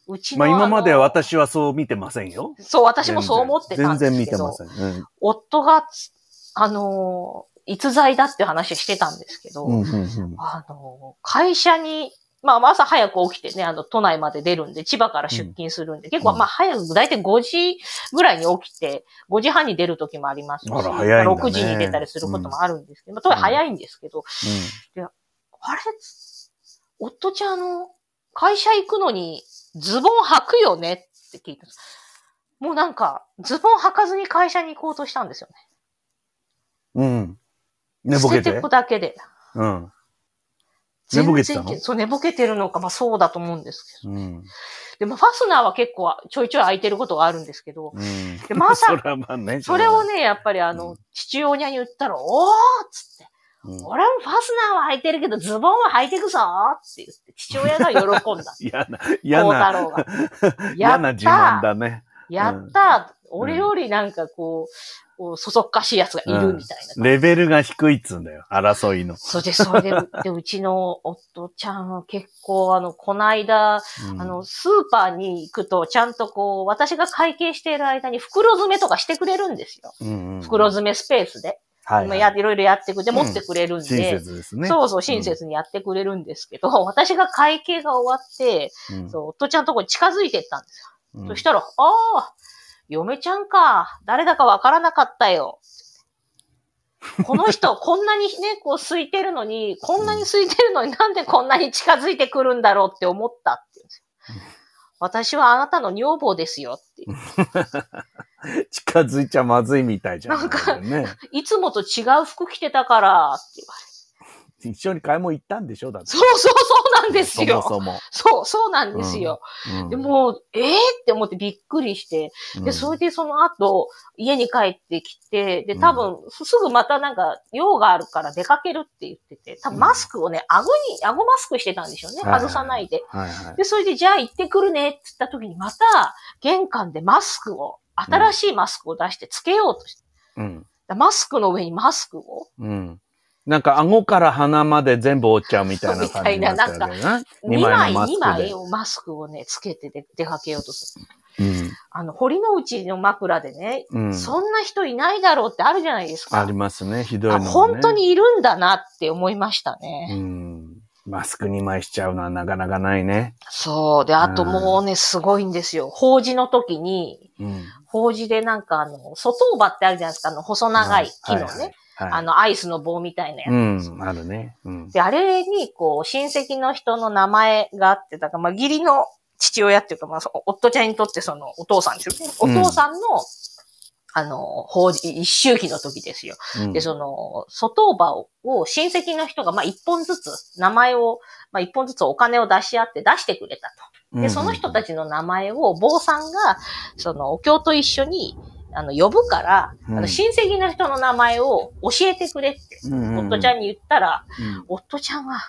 Speaker 2: うち
Speaker 1: ま
Speaker 2: の
Speaker 1: あ今まで
Speaker 2: あの
Speaker 1: 私はそう見てませんよ。
Speaker 2: そう、私もそう思ってたんです
Speaker 1: 全
Speaker 2: けど。
Speaker 1: 然見てません。うん
Speaker 2: 夫がつ、あのー、逸材だって話をしてたんですけど、
Speaker 1: うんうんうん
Speaker 2: あのー、会社に、まあ朝早く起きてね、あの、都内まで出るんで、千葉から出勤するんで、結構
Speaker 1: うん
Speaker 2: まあ早く、だいたい5時ぐらいに起きて、5時半に出る時もありますし、
Speaker 1: あら早いんだね
Speaker 2: 6時に出たりすることもあるんですけど、まあ、とはいえ早いんですけど、あれ夫ちゃん、あの、会社行くのにズボン履くよねって聞いたんです。もうなんか、ズボン履かずに会社に行こうとしたんですよ
Speaker 1: うん。
Speaker 2: ね。
Speaker 1: うん。寝ぼけ
Speaker 2: 捨て
Speaker 1: て
Speaker 2: て。くだけで。
Speaker 1: うん。寝ぼけてたの
Speaker 2: 全然いけそう、寝ぼけてるのか、まあそうだと思うんですけ
Speaker 1: うん。
Speaker 2: ど。でもファスナーは結構ちょいちょい開いてることがあるんですけど、
Speaker 1: うん。
Speaker 2: でまさ
Speaker 1: *laughs* それはまあね。
Speaker 2: それを
Speaker 1: ね。
Speaker 2: ね、やっぱりあ
Speaker 1: う
Speaker 2: の、父親に言ったら、おーっつって、
Speaker 1: うん。
Speaker 2: 俺もファスナーは開いてるけど、ズボンは履いてくぞーって言って、父親が喜んだ
Speaker 1: 嫌な、 *laughs* 嫌
Speaker 2: 孝
Speaker 1: な
Speaker 2: 太郎が。
Speaker 1: *laughs* 嫌な自慢だね。
Speaker 2: やったー、俺よりなんかこう、こうそそっかしい奴がいるみたいな。
Speaker 1: レベルが低いっつうんだよ、争いの。
Speaker 2: それで、そ
Speaker 1: *laughs*
Speaker 2: れで、でうちの夫ちゃんは結構、あの、こないだ、
Speaker 1: うん
Speaker 2: あの、スーパーに行くと、ちゃんとこう、私が会計している間に袋詰めとかしてくれるんですよ。
Speaker 1: うんうん
Speaker 2: 袋詰めスペースで。
Speaker 1: はい
Speaker 2: ま
Speaker 1: は
Speaker 2: あ
Speaker 1: い、
Speaker 2: やいろいろやってくれて、持ってくれるん
Speaker 1: 親
Speaker 2: で。
Speaker 1: 切ですね。
Speaker 2: そうそう、親切にやってくれるんですけど、私が会計が終わって、
Speaker 1: うん
Speaker 2: そう、夫ちゃんのとこに近づいてったんですよ。
Speaker 1: うん
Speaker 2: そしたら、ああ、嫁ちゃんか、誰だかわからなかったよ。こ
Speaker 1: *laughs*
Speaker 2: の人、こんなにね、こう空いてるのに、こんなに空いてるのになんでこんなに近づいてくるんだろうって思ったって言うんですよ。私はあなたの女房ですよっていう。
Speaker 1: 近づいちゃまずいみたいじゃん。
Speaker 2: なんか
Speaker 1: ね、
Speaker 2: いつもと違う服着てたからって言われて。
Speaker 1: 一緒に買い物行ったんでしょだって。
Speaker 2: そうそうそうなんですよ。
Speaker 1: そも
Speaker 2: そう、そうなんですよ。
Speaker 1: そも。うん
Speaker 2: で、もう、ええって思ってびっくりして、
Speaker 1: うん
Speaker 2: で、それでその後、家に帰ってきて、で、多分、すぐまたなんか、用があるから出かけるって言ってて、
Speaker 1: う
Speaker 2: 多分
Speaker 1: ん
Speaker 2: マスクをね、顎に、顎マスクしてたんでしょうね。
Speaker 1: はいはい
Speaker 2: 外さないで。
Speaker 1: はいはい。
Speaker 2: で、それで、じゃあ行ってくるねって言った時に、また、玄関でマスクを、新しいマスクを出してつけようとして、
Speaker 1: うん。
Speaker 2: マスクの上にマスクを、
Speaker 1: うん。なんか、顎から鼻まで全部折っちゃうみたいな感じになっちゃうよね。
Speaker 2: 2枚、2枚
Speaker 1: で。
Speaker 2: をマスクをね、つけて出出かけようとする。
Speaker 1: うん。
Speaker 2: あの、堀の内の枕でね、
Speaker 1: うん。
Speaker 2: そんな人いないだろうってあるじゃないですか。
Speaker 1: ありますね。ひどい
Speaker 2: あ
Speaker 1: の、ね。
Speaker 2: 本当。にいるんだなって思いましたね。
Speaker 1: うん。マスク2枚しちゃうのはなかなかないね。
Speaker 2: そう。で、あともうね、すごいんですよ。法事の時に、
Speaker 1: うん。
Speaker 2: 法事でなんかあの、外バってあるじゃないですか、あの、細長い木のね、
Speaker 1: はいはいはい
Speaker 2: あの、アイスの棒みたいなやつ。
Speaker 1: うん、あるね。うん。
Speaker 2: で、あれに、こう、親戚の人の名前があって、だから、まあ、義理の父親っていうか、まあ、そう夫ちゃんにとってその、お父さんですよね。お
Speaker 1: うん
Speaker 2: 父さんの、あの、法事、一周期の時ですよ。
Speaker 1: うん
Speaker 2: で、その、外場をを親戚の人が、まあ、一本ずつ、名前を、まあ、一本ずつお金を出し合って出してくれたと。で、その人たちの名前を、坊さんが、その、お経と一緒に、あの、呼ぶから、
Speaker 1: うん
Speaker 2: あの、親戚の人の名前を教えてくれって、
Speaker 1: うん、
Speaker 2: 夫ちゃ
Speaker 1: ん、
Speaker 2: んに言ったら、
Speaker 1: うん
Speaker 2: 夫ちゃんは、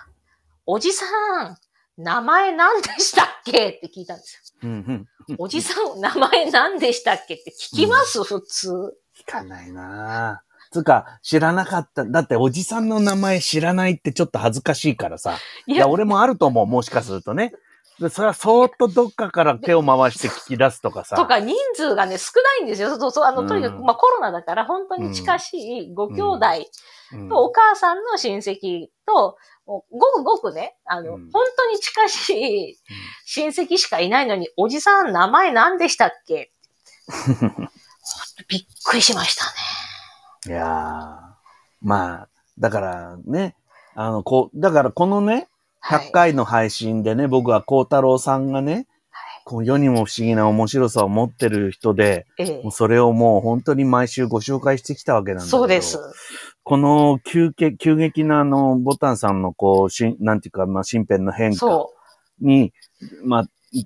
Speaker 2: おじさん、名前何でしたっけって聞いたんです
Speaker 1: うんうん。
Speaker 2: よ。おじさん、名前何でしたっけって聞きます、普通。
Speaker 1: 聞かないなぁつうか、知らなかった。だって、おじさんの名前知らないってちょっと恥ずかしいからさ。
Speaker 2: い
Speaker 1: いや、俺もあると思う、もしかするとね。でそれはそーっとどっかから手を回して聞き出すとかさ。
Speaker 2: とか人数がね、少ないんですよ。そうそう、あ
Speaker 1: う
Speaker 2: の、
Speaker 1: ん
Speaker 2: とにかく、まあコロナだから本当に近しいご兄弟
Speaker 1: うん、
Speaker 2: とお母さんの親戚と、もうごくごくね、あの、
Speaker 1: うん
Speaker 2: 本当に近しい親戚しかいないのに、おじさん名前何でしたっ
Speaker 1: *laughs*
Speaker 2: けびっくりしましたね。
Speaker 1: いやーまあ、だからね、あの、こう、だからこのね、
Speaker 2: はい
Speaker 1: 100回の配信でね、僕は幸太郎さんがね、こう世にも不思議な面白さを持ってる人で、
Speaker 2: え
Speaker 1: も
Speaker 2: え
Speaker 1: うそれをもう本当に毎週ご紹介してきたわけなんだけど
Speaker 2: そうです。。
Speaker 1: この急激急激なあの、ボタンさんのこう、しんなんていうか、まあ、身辺の変化
Speaker 2: そ
Speaker 1: に、まあ、い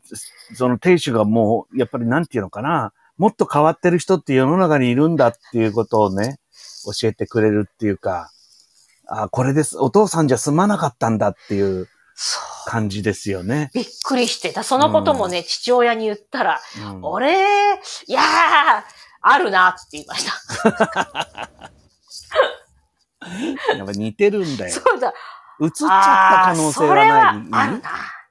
Speaker 1: その亭主がもう、やっぱりなんていうのかな、もっと変わってる人って世の中にいるんだっていうことをね、教えてくれるっていうか、あ、これです。お父さんじゃ済まなかったんだっていう
Speaker 2: う。そう。
Speaker 1: 感じですよね。
Speaker 2: びっくりしてた。そのこともね、父親に言ったら、
Speaker 1: うん
Speaker 2: 俺、いやー、あるなって言いました。
Speaker 1: やっぱ似てるんだよ。
Speaker 2: そうだ。
Speaker 1: 映っちゃった可能性は
Speaker 2: あ
Speaker 1: な
Speaker 2: ー
Speaker 1: い
Speaker 2: それはあるな。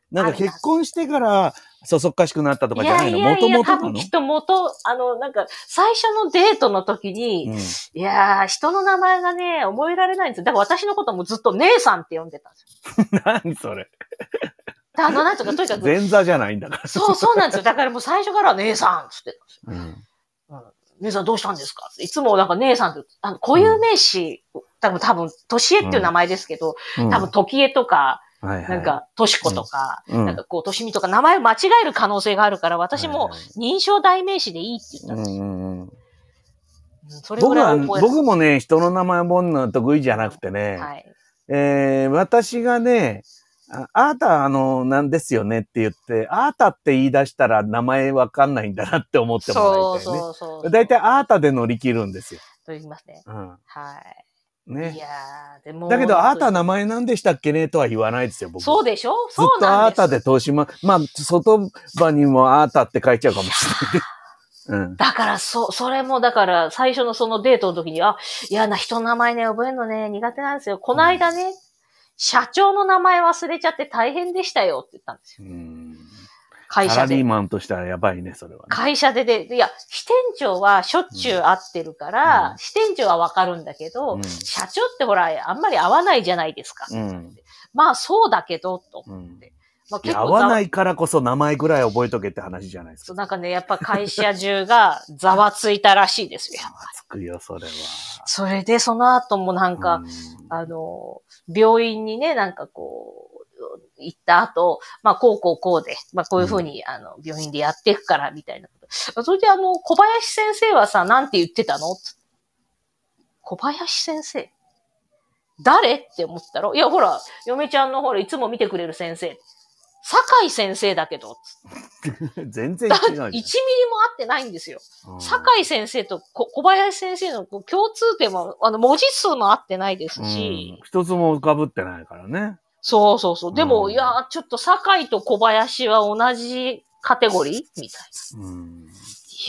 Speaker 1: なんか結婚してから、そそっかしくなったとかじゃないのもともと
Speaker 2: 多
Speaker 1: なの
Speaker 2: 分きっと元、あの、なんか、最初のデートの時に、
Speaker 1: うん *laughs*
Speaker 2: いやー、人の名前がね、覚えられないんですよ。だから私のこともずっと姉さんって呼んでたんですよ。
Speaker 1: 何それ。*laughs*
Speaker 2: であの、なんとか、とにかく、
Speaker 1: 前座じゃないんだか
Speaker 2: そう、そうなんですよ。だからもう最初から姉さんっつって、
Speaker 1: ら。
Speaker 2: 姉さんどうしたんですかいつもなんか姉さんって、あの、固有名詞、多分、多分、としえっていう名前ですけど、
Speaker 1: うん
Speaker 2: 多分、ときえとか、
Speaker 1: はいはい
Speaker 2: なん、か、としことか、
Speaker 1: うん
Speaker 2: なんかこう、としみとか、名前を間違える可能性があるから、私も認証代名詞でいいって言った
Speaker 1: うんん
Speaker 2: で
Speaker 1: う
Speaker 2: す
Speaker 1: んうん
Speaker 2: よ。うんそれぐ
Speaker 1: 僕
Speaker 2: ら
Speaker 1: は、
Speaker 2: い覚えて
Speaker 1: 僕もね、人の名前覚えるのは得意じゃなくてね、
Speaker 2: はい。
Speaker 1: えー私がね、ああーた、あの、なんですよねって言って、あーたって言い出したら名前わかんないんだなって思ってもらいたいね。
Speaker 2: そうそうそうそう。
Speaker 1: だいたいあーたで乗り切るんですよ。
Speaker 2: と言いますね。
Speaker 1: うん
Speaker 2: は
Speaker 1: ね
Speaker 2: い。いやー、でも。
Speaker 1: だけど、あなた
Speaker 2: な。
Speaker 1: 名前なんでしたっけねとは言わないですよ、僕。
Speaker 2: そう
Speaker 1: で
Speaker 2: でしょ
Speaker 1: ずっ
Speaker 2: そう
Speaker 1: とあ
Speaker 2: なん
Speaker 1: な
Speaker 2: です。
Speaker 1: たで通しま、まあ、外場にもあなたって書いちゃうかもしれ
Speaker 2: *laughs*
Speaker 1: ない。
Speaker 2: だから、そ、それも、だから、最初のそのデートの時に、あ、いやな、人の名前ね、覚えるのね、苦手なんですよ。この間ね、社長の名前忘れちゃって大変でしたよって言ったんですよ。
Speaker 1: うん。うん
Speaker 2: 会
Speaker 1: サラ
Speaker 2: 社
Speaker 1: リ
Speaker 2: で
Speaker 1: ー。マンとしたらやばいね、それは、ね。
Speaker 2: 会社でで、いや、支店長はしょっちゅう会ってるから、
Speaker 1: うん
Speaker 2: 支店長はわかるんだけど、
Speaker 1: うん
Speaker 2: 社長ってほら、あんまり会わないじゃないですか。
Speaker 1: うん。
Speaker 2: まあ、そうだけど、と。
Speaker 1: うん。
Speaker 2: まあ、。
Speaker 1: いや合わないいからこそ名前ぐらい覚えとけって話じゃないですか。
Speaker 2: そうなんかね、やっぱ会社中がざわついたらしいですよ。
Speaker 1: つくよ、 *laughs* それは。
Speaker 2: それで、その後もなんか、
Speaker 1: う
Speaker 2: あの、病院にね、なんかこう、行った後、まあ、こうこうこうで、まあ、こういうふうに、あの、病院でやっていくから、みたいなこと。それで、あの、小林先生はさ、なんて言ってたのつって小林先生誰って思ったら、いや、ほら、嫁ちゃんのほら、いつも見てくれる先生。酒井先生だけど、つって
Speaker 1: ん全然違
Speaker 2: だって
Speaker 1: う
Speaker 2: 1ミリも
Speaker 1: じ
Speaker 2: 合ってないんですよ。
Speaker 1: ゃん。
Speaker 2: 酒井先生とこ小林先生のこう共通点も、あの、文字数も合ってないですし、
Speaker 1: うん一つも浮かぶってないからね。
Speaker 2: そうそうそう。でも、
Speaker 1: うん
Speaker 2: いやー、ちょっと酒井と小林は同じカテゴリーみたい
Speaker 1: うんい
Speaker 2: な。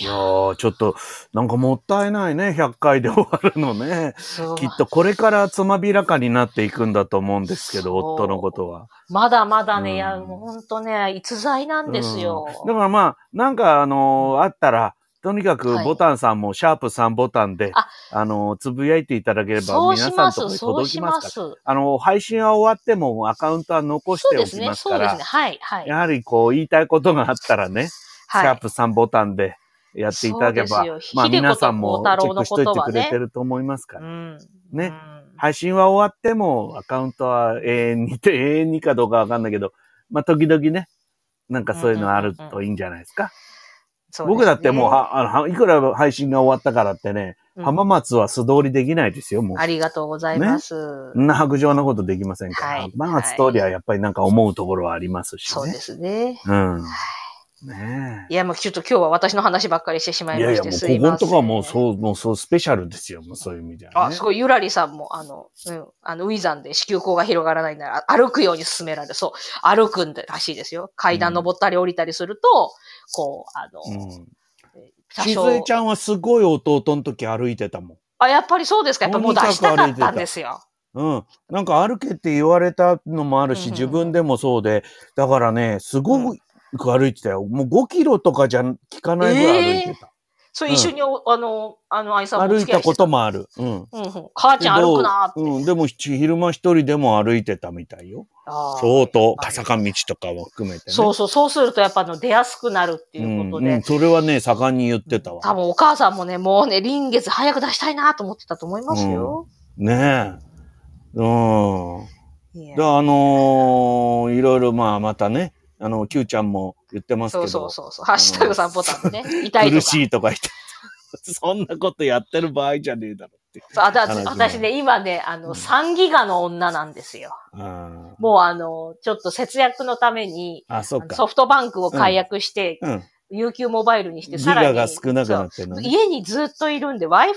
Speaker 1: やー、ちょっと、なんかもったいないね、100回で終わるのね。
Speaker 2: そう
Speaker 1: きっとこれからつまびらかになっていくんだと思うんですけど、
Speaker 2: そう
Speaker 1: 夫のことは。
Speaker 2: まだまだね、
Speaker 1: うん
Speaker 2: いや、もうほんとね、逸材なんですよ。
Speaker 1: うんだからまあ、なんかあのーあったら、とにかく
Speaker 2: はい
Speaker 1: ボタンさんもシャープ3ボタンで、
Speaker 2: あ
Speaker 1: あのーつぶやいていただければ
Speaker 2: そう
Speaker 1: 皆
Speaker 2: し
Speaker 1: さ
Speaker 2: ま
Speaker 1: んとこ
Speaker 2: す、
Speaker 1: に
Speaker 2: そう
Speaker 1: 届き
Speaker 2: し
Speaker 1: ます
Speaker 2: ま
Speaker 1: から。
Speaker 2: す。
Speaker 1: あのー、配信は終わってもアカウントは残し
Speaker 2: そ
Speaker 1: て
Speaker 2: う
Speaker 1: お
Speaker 2: で
Speaker 1: き
Speaker 2: すね、
Speaker 1: ます
Speaker 2: そ
Speaker 1: か
Speaker 2: うで
Speaker 1: ら、
Speaker 2: すね、はい、はい。
Speaker 1: やはりこう言いたいことがあったらね、シャ
Speaker 2: は
Speaker 1: ープ3ボタンでやっていただければ、
Speaker 2: そうですよ
Speaker 1: まあ
Speaker 2: ひでこと
Speaker 1: 皆さんも
Speaker 2: 幸
Speaker 1: チ
Speaker 2: 太
Speaker 1: ェック
Speaker 2: 郎の
Speaker 1: しとい
Speaker 2: こと
Speaker 1: て
Speaker 2: は
Speaker 1: く
Speaker 2: ね
Speaker 1: れてると思いますから
Speaker 2: い。う。ん。
Speaker 1: ね
Speaker 2: うん
Speaker 1: 配信は終わっても、アカウントは永遠に、 *laughs* 永遠にかどうかわかんないけど、まあ、時々ね、なんかそういうのあるといいんじゃないですか。
Speaker 2: そうですね
Speaker 1: 僕だってもう、はあのはいくら配信が終わったからってね、
Speaker 2: うん
Speaker 1: 浜松は素通りできないですよ、もう。
Speaker 2: ありがとうございます。
Speaker 1: そんな白状なことできませんから、
Speaker 2: はい
Speaker 1: 浜松通りはやっぱりなんか思うところはありますし
Speaker 2: そうで
Speaker 1: ね。
Speaker 2: すね。
Speaker 1: うん。ね
Speaker 2: いや、もうちょっと今日は私の話ばっかりしてしま
Speaker 1: え。い
Speaker 2: いま
Speaker 1: やいや、
Speaker 2: し
Speaker 1: も
Speaker 2: て、
Speaker 1: う
Speaker 2: す
Speaker 1: 古
Speaker 2: いません。
Speaker 1: 今とかはもうそう、もうそうスペシャルですよ。もうそういう意味では、
Speaker 2: あ、
Speaker 1: ね。
Speaker 2: すごい、ゆらりさんも、あの、うん、あの、ウィザンで子宮口が広がらないなら、歩くように進められる。そう、歩くんだらしいですよ。階段登ったり降りたりすると、こう、あの、
Speaker 1: うん。しず
Speaker 2: 多
Speaker 1: え
Speaker 2: 少
Speaker 1: ち。ゃんはすごい弟の時歩いてたもん。
Speaker 2: あ、やっぱりそうですか。やっぱもう出したかったんですよ。
Speaker 1: うん。なんか歩けって言われたのもあるし、
Speaker 2: うん
Speaker 1: 自分でもそうで、だからね、すごく歩いてたよ。もう5キロとかじゃ効かないぐらい歩いてた。
Speaker 2: そう、一緒にお、あの、あの、愛さんもお
Speaker 1: 歩い
Speaker 2: 付き
Speaker 1: た
Speaker 2: 合いして
Speaker 1: こ
Speaker 2: た
Speaker 1: ともある。うん。
Speaker 2: うんうん、母ちゃん歩くなーって。
Speaker 1: うん、でもひ昼間一人でも歩いてたみたいよ。
Speaker 2: あー
Speaker 1: 相当、
Speaker 2: まあ
Speaker 1: 笠間道とかを含めてね。
Speaker 2: そうそう、そうするとやっぱあの出やすくなるっていうこと
Speaker 1: ん
Speaker 2: で、
Speaker 1: うん、それはね、盛んに言ってたわ。
Speaker 2: 多分お母さんもね、もうね、臨月早く出したいなと思ってたと思いますよ。
Speaker 1: ねえ。うん。
Speaker 2: いや
Speaker 1: で、あのーいろいろまあ、またね、あの、Q ちゃんも言ってますけ
Speaker 2: そ
Speaker 1: ど、
Speaker 2: うそうそうそう。ハッシュタグ3ボタンでね、痛いと
Speaker 1: 苦
Speaker 2: か。
Speaker 1: しいとか言って、 *laughs* そんなことやってる場合じゃねえだろって。
Speaker 2: そうあだ
Speaker 1: 話も
Speaker 2: 私ね、今ね、あ
Speaker 1: うん
Speaker 2: の、3ギガの女なんですよ。
Speaker 1: あー
Speaker 2: もうあの、ちょっと節約のために、
Speaker 1: あ、そうか。
Speaker 2: ソフトバンクを解約して、
Speaker 1: うん。
Speaker 2: 有給モバイルにして、
Speaker 1: ギ
Speaker 2: さらに。
Speaker 1: ガが少なくなってる
Speaker 2: そ
Speaker 1: の
Speaker 2: う
Speaker 1: ね。
Speaker 2: 家にずっといるんで、Wi-Fi を、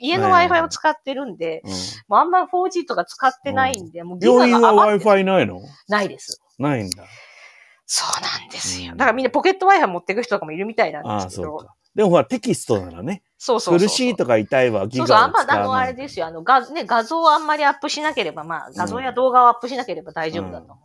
Speaker 2: 家の
Speaker 1: はいはいはい
Speaker 2: Wi-Fi を使ってるんで、
Speaker 1: うん
Speaker 2: もうあんま 4G とか使ってないんで、もうギガ
Speaker 1: 病院は
Speaker 2: が余って
Speaker 1: Wi-Fi ないの
Speaker 2: ないです。
Speaker 1: ないんだ。
Speaker 2: そうなんですよ。
Speaker 1: うん
Speaker 2: だからみんなポケット Wi-Fi 持っていく人とかもいるみたいなん
Speaker 1: あ
Speaker 2: で
Speaker 1: あ、
Speaker 2: す
Speaker 1: そ
Speaker 2: け
Speaker 1: う
Speaker 2: ど。
Speaker 1: か。でもほら、テキストならね、
Speaker 2: そうそうそうそう
Speaker 1: 苦しいとか痛いはギ
Speaker 2: そ
Speaker 1: ガを
Speaker 2: うそう、
Speaker 1: 使
Speaker 2: あ
Speaker 1: わ
Speaker 2: んま、あの、
Speaker 1: な
Speaker 2: あ
Speaker 1: い
Speaker 2: れですよ。あの、画、ね、画像をあんまりアップしなければ、まあ、画像や動画をアップしなければ大丈夫だと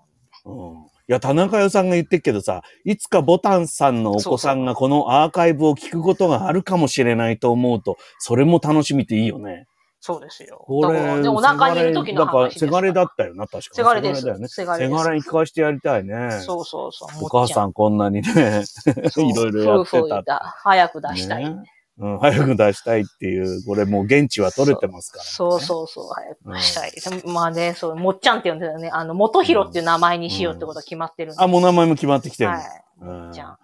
Speaker 2: 思
Speaker 1: うんいや、田中代さんが言ってるけどさ、いつかボタンさんのお子さんがこのアーカイブを聞くことがあるかもしれないと思うと、それも楽しみっていいよね。
Speaker 2: う。そうですよ。
Speaker 1: こ
Speaker 2: だから
Speaker 1: れ、
Speaker 2: ねお腹にいる時の
Speaker 1: だから、
Speaker 2: 話です
Speaker 1: せ
Speaker 2: よ。
Speaker 1: がれだったよな、確かに。
Speaker 2: せがれです
Speaker 1: せがれだよね。せ
Speaker 2: せ
Speaker 1: が
Speaker 2: がれです
Speaker 1: れに聞かしてやりたいね。
Speaker 2: そうそうそう。
Speaker 1: お母さ
Speaker 2: ん、
Speaker 1: んこんなにね、いろいろやってた
Speaker 2: 夫婦だ早く出したい。
Speaker 1: ねうん、早く出したいっていう、これもう現地は取れてますから、ね。
Speaker 2: そうそうそう、早く出したい。でもまあね、そう、もっちゃんって呼んでたよね。あの、元弘っていう名前にしようってことは決まってるんで。
Speaker 1: あ、もう名前も決まってきてるの、
Speaker 2: はい。
Speaker 1: うん
Speaker 2: もっちゃん。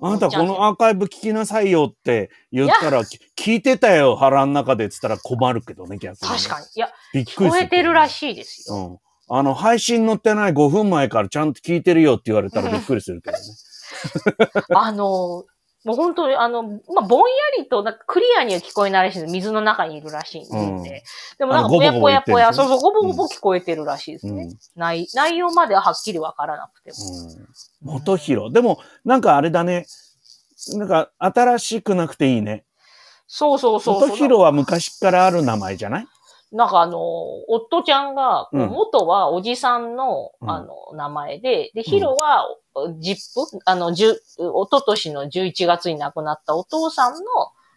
Speaker 1: あなたこのアーカイブ聞きなさいよって言ったら、き聞いてたよ、腹の中でって言ったら困るけどね、逆にね、
Speaker 2: 確かに。いや、
Speaker 1: に。びっくり
Speaker 2: 超
Speaker 1: する。
Speaker 2: えてるらしいです
Speaker 1: う
Speaker 2: よ。
Speaker 1: ん。あの、配信載ってない5分前からちゃんと聞いてるよって言われたらびっくりするけどね。
Speaker 2: あの、もう本当に、あの、まあ、ぼんやりと、なんかクリアには聞こえないらしいんです。水の中にいるらしいんで。
Speaker 1: うん
Speaker 2: でもなん
Speaker 1: あのゴ
Speaker 2: か、ぽ
Speaker 1: ボ
Speaker 2: や
Speaker 1: ゴボ
Speaker 2: ぽやぽや、
Speaker 1: 言
Speaker 2: そう
Speaker 1: ってる
Speaker 2: そう、ごぼご
Speaker 1: う
Speaker 2: ぼ聞こえてるらしいです
Speaker 1: う
Speaker 2: ね。
Speaker 1: ん。
Speaker 2: 内内容までははっきりわからなくても。
Speaker 1: うん。元広。でも、なんかあれだね。なんか新しくなくていいね。
Speaker 2: そうそうそう
Speaker 1: 元
Speaker 2: そう。
Speaker 1: 広は昔からある名前じゃない
Speaker 2: なんかあの、夫ちゃんが、こう
Speaker 1: うん
Speaker 2: 元はおじさんの、
Speaker 1: うん
Speaker 2: あの、名前で、で、ヒロは、ジップあの、じゅ、おととしの11月に亡くなったお父さんの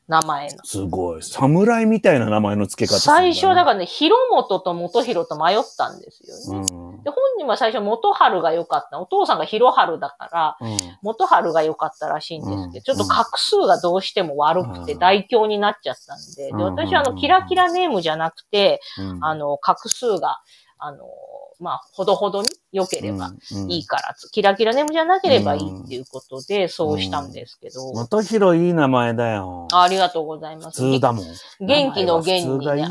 Speaker 2: 名前の。
Speaker 1: すごい。侍みたいな名前の付け方するんだね、
Speaker 2: 最初、だからね、広元と元広と迷ったんですよね。
Speaker 1: うん。
Speaker 2: で、本人は最初、元春が良かった。お父さんが広春だから、
Speaker 1: うん。
Speaker 2: 元春が良かったらしいんですけど、ちょ
Speaker 1: うん
Speaker 2: っと画数がどうしても悪くて、
Speaker 1: うん
Speaker 2: 大凶になっちゃったんで、で
Speaker 1: うん
Speaker 2: 私はあの、キラキラネームじゃなくて、
Speaker 1: うん
Speaker 2: あの、画数が、あの、まあ、ほどほどに良ければ
Speaker 1: うんうん
Speaker 2: いいから、キラキラネームじゃなければいいっていうことで、そうしたんですけど、
Speaker 1: 元広いい名前だよ。
Speaker 2: ありがとうございます。
Speaker 1: 普通だもん。名前は普通がいいです、よ
Speaker 2: 元気の元にね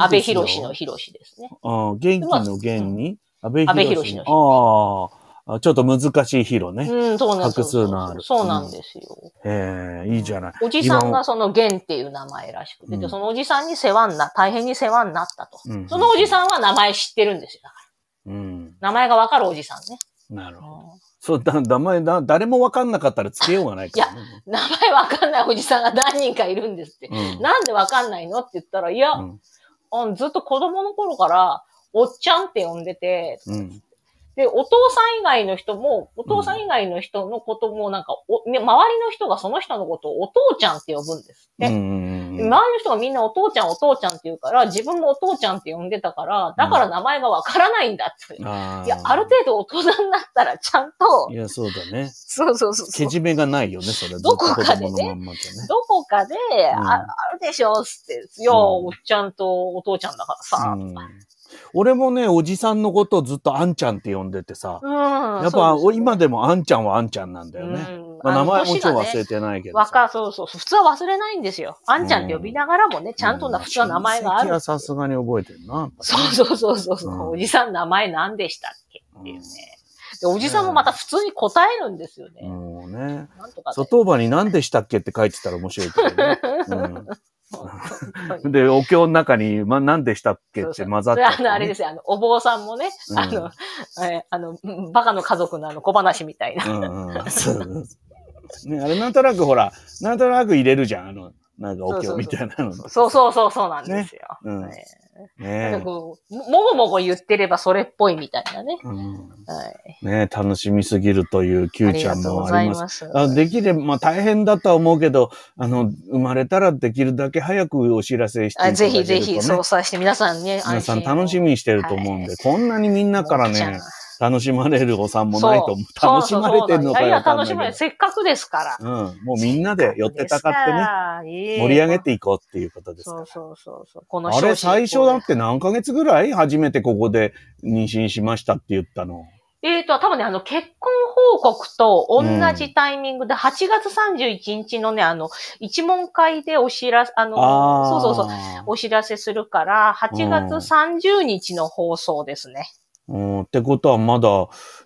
Speaker 2: 安倍博士の博士ですね。
Speaker 1: うん、元気の元に、安倍
Speaker 2: 安倍
Speaker 1: 博
Speaker 2: 博
Speaker 1: 士
Speaker 2: 士
Speaker 1: の
Speaker 2: の。
Speaker 1: ああ、ちょっと難しい広ね。
Speaker 2: うん、そうなんです
Speaker 1: 画数のある
Speaker 2: そうなんですよ。
Speaker 1: ええいいじゃない。
Speaker 2: おじさん
Speaker 1: 今
Speaker 2: がその源っていう名前らしくて、
Speaker 1: うん
Speaker 2: でそのおじさんに世話にな、大変に世話になったと。
Speaker 1: うん
Speaker 2: そのおじさんは名前知ってるんですよ。
Speaker 1: うん。
Speaker 2: 名前がわかるおじさんね。
Speaker 1: なるほど。
Speaker 2: う
Speaker 1: そう、だ、名前、だ、誰もわかんなかったらつけようがないからね。
Speaker 2: ん名前わかんないおじさんが何人かいるんですって。
Speaker 1: うん
Speaker 2: なんでわかんないのって言ったら、いや、うんずっと子供の頃から、おっちゃんって呼んでて、
Speaker 1: うん。うん。
Speaker 2: で、お父さん以外の人も、お父さん以外の人のことも、なんかお、ね周りの人がその人のことをお父ちゃんって呼ぶんですって。
Speaker 1: うんうん
Speaker 2: 周
Speaker 1: う
Speaker 2: り
Speaker 1: ん。
Speaker 2: の人がみんなお父ちゃんお父ちゃんって言うから、自分もお父ちゃんって呼んでたから、だから名前がわからないんだって。
Speaker 1: あー
Speaker 2: いや、ある程度大人になったらちゃんと
Speaker 1: い、や、そうだね。
Speaker 2: そうそうそうそ
Speaker 1: け
Speaker 2: う。
Speaker 1: じめがないよね、それ。
Speaker 2: どこかでね
Speaker 1: ずっと子供のまんまじゃね。
Speaker 2: どこかで、
Speaker 1: うん
Speaker 2: ああるでしょっつって、いや、
Speaker 1: うん
Speaker 2: おっちゃんとお父ちゃんだからさ。
Speaker 1: うん俺もね、おじさんのことをずっとあんちゃんって呼んでてさ。
Speaker 2: うん。
Speaker 1: やっぱ、
Speaker 2: そうですね
Speaker 1: 今でもあんちゃんはあんちゃんなんだよね。
Speaker 2: うん
Speaker 1: まあ、名前もちろん
Speaker 2: あの年
Speaker 1: 忘
Speaker 2: がね
Speaker 1: れてないけどさ。
Speaker 2: わか、そうそうそう。普通は忘れないんですよ。あんちゃんって呼びながらもね、ちゃんとな、普通は名前があ
Speaker 1: 親戚
Speaker 2: る。
Speaker 1: はさすがに覚えてるな。
Speaker 2: そうそうそうそうそう、
Speaker 1: うん
Speaker 2: おじさん名前何でしたっけっていうね。で、おじさんもまた普通に答えるんですよね。
Speaker 1: もうね。ね。
Speaker 2: なんとかだよ。
Speaker 1: 外場に何でしたっけって書いてたら面白いけど
Speaker 2: *laughs*
Speaker 1: ね。
Speaker 2: 本
Speaker 1: う
Speaker 2: 当
Speaker 1: ん、
Speaker 2: に
Speaker 1: で、お経の中に、ま、何でしたっけ
Speaker 2: そう
Speaker 1: っ
Speaker 2: そ
Speaker 1: て
Speaker 2: う
Speaker 1: 混ざっ
Speaker 2: そ
Speaker 1: て、
Speaker 2: れあの、あれですよ、あの、お坊さんもね、
Speaker 1: うん
Speaker 2: あの、えーあの、うんバカの家族のあの、小話みたいな。
Speaker 1: うんうんそうね、あれなんとなくほら、なんとなく入れるじゃん、あの、なんかお経みたいなの。
Speaker 2: そうそうそうそうなんですよ。
Speaker 1: うん
Speaker 2: はいなん
Speaker 1: ね
Speaker 2: かこうももごもご言ってればそれっぽいみたいなね。
Speaker 1: うん
Speaker 2: はい。
Speaker 1: ね楽しみすぎるという Q
Speaker 2: あり
Speaker 1: ちゃ
Speaker 2: が
Speaker 1: ん
Speaker 2: とう
Speaker 1: も
Speaker 2: ご
Speaker 1: あ
Speaker 2: ざ
Speaker 1: り
Speaker 2: い
Speaker 1: ます。
Speaker 2: ます。
Speaker 1: あできれば、まあ大変だとは思うけど、あの、生まれたらできるだけ早くお知らせしていただ
Speaker 2: あ
Speaker 1: けると、ね。
Speaker 2: ぜひぜひ、そうさして皆さんね、
Speaker 1: 皆さん
Speaker 2: 安心を
Speaker 1: 楽しみにしてると思うんで、
Speaker 2: は
Speaker 1: こんなにみんなから
Speaker 2: ちゃん
Speaker 1: ね、楽しまれるお産もないと思う。
Speaker 2: そう
Speaker 1: 楽しまれてるのか
Speaker 2: い
Speaker 1: よ
Speaker 2: や
Speaker 1: わ
Speaker 2: い
Speaker 1: か
Speaker 2: や、
Speaker 1: んな
Speaker 2: 楽
Speaker 1: い
Speaker 2: し
Speaker 1: け
Speaker 2: まれ、
Speaker 1: ど。
Speaker 2: せっかくですから。
Speaker 1: うん、もうみんなで寄ってたかってね、
Speaker 2: ね
Speaker 1: 盛り上げていこうっていうことですから
Speaker 2: そうそうそうそう。この
Speaker 1: あれ最初だ
Speaker 2: だ
Speaker 1: って何ヶ月ぐらい初めてここで妊娠しましたって言ったの。
Speaker 2: えーと、多分ね、あの、結婚報告と同じタイミングで、8月31日のね、あの、一問会でお知らせ、あの、
Speaker 1: ああ。
Speaker 2: そうそうそう。
Speaker 1: そ
Speaker 2: お知らせするから、8月30日の放送ですね。
Speaker 1: う。ん、ってことはまだ、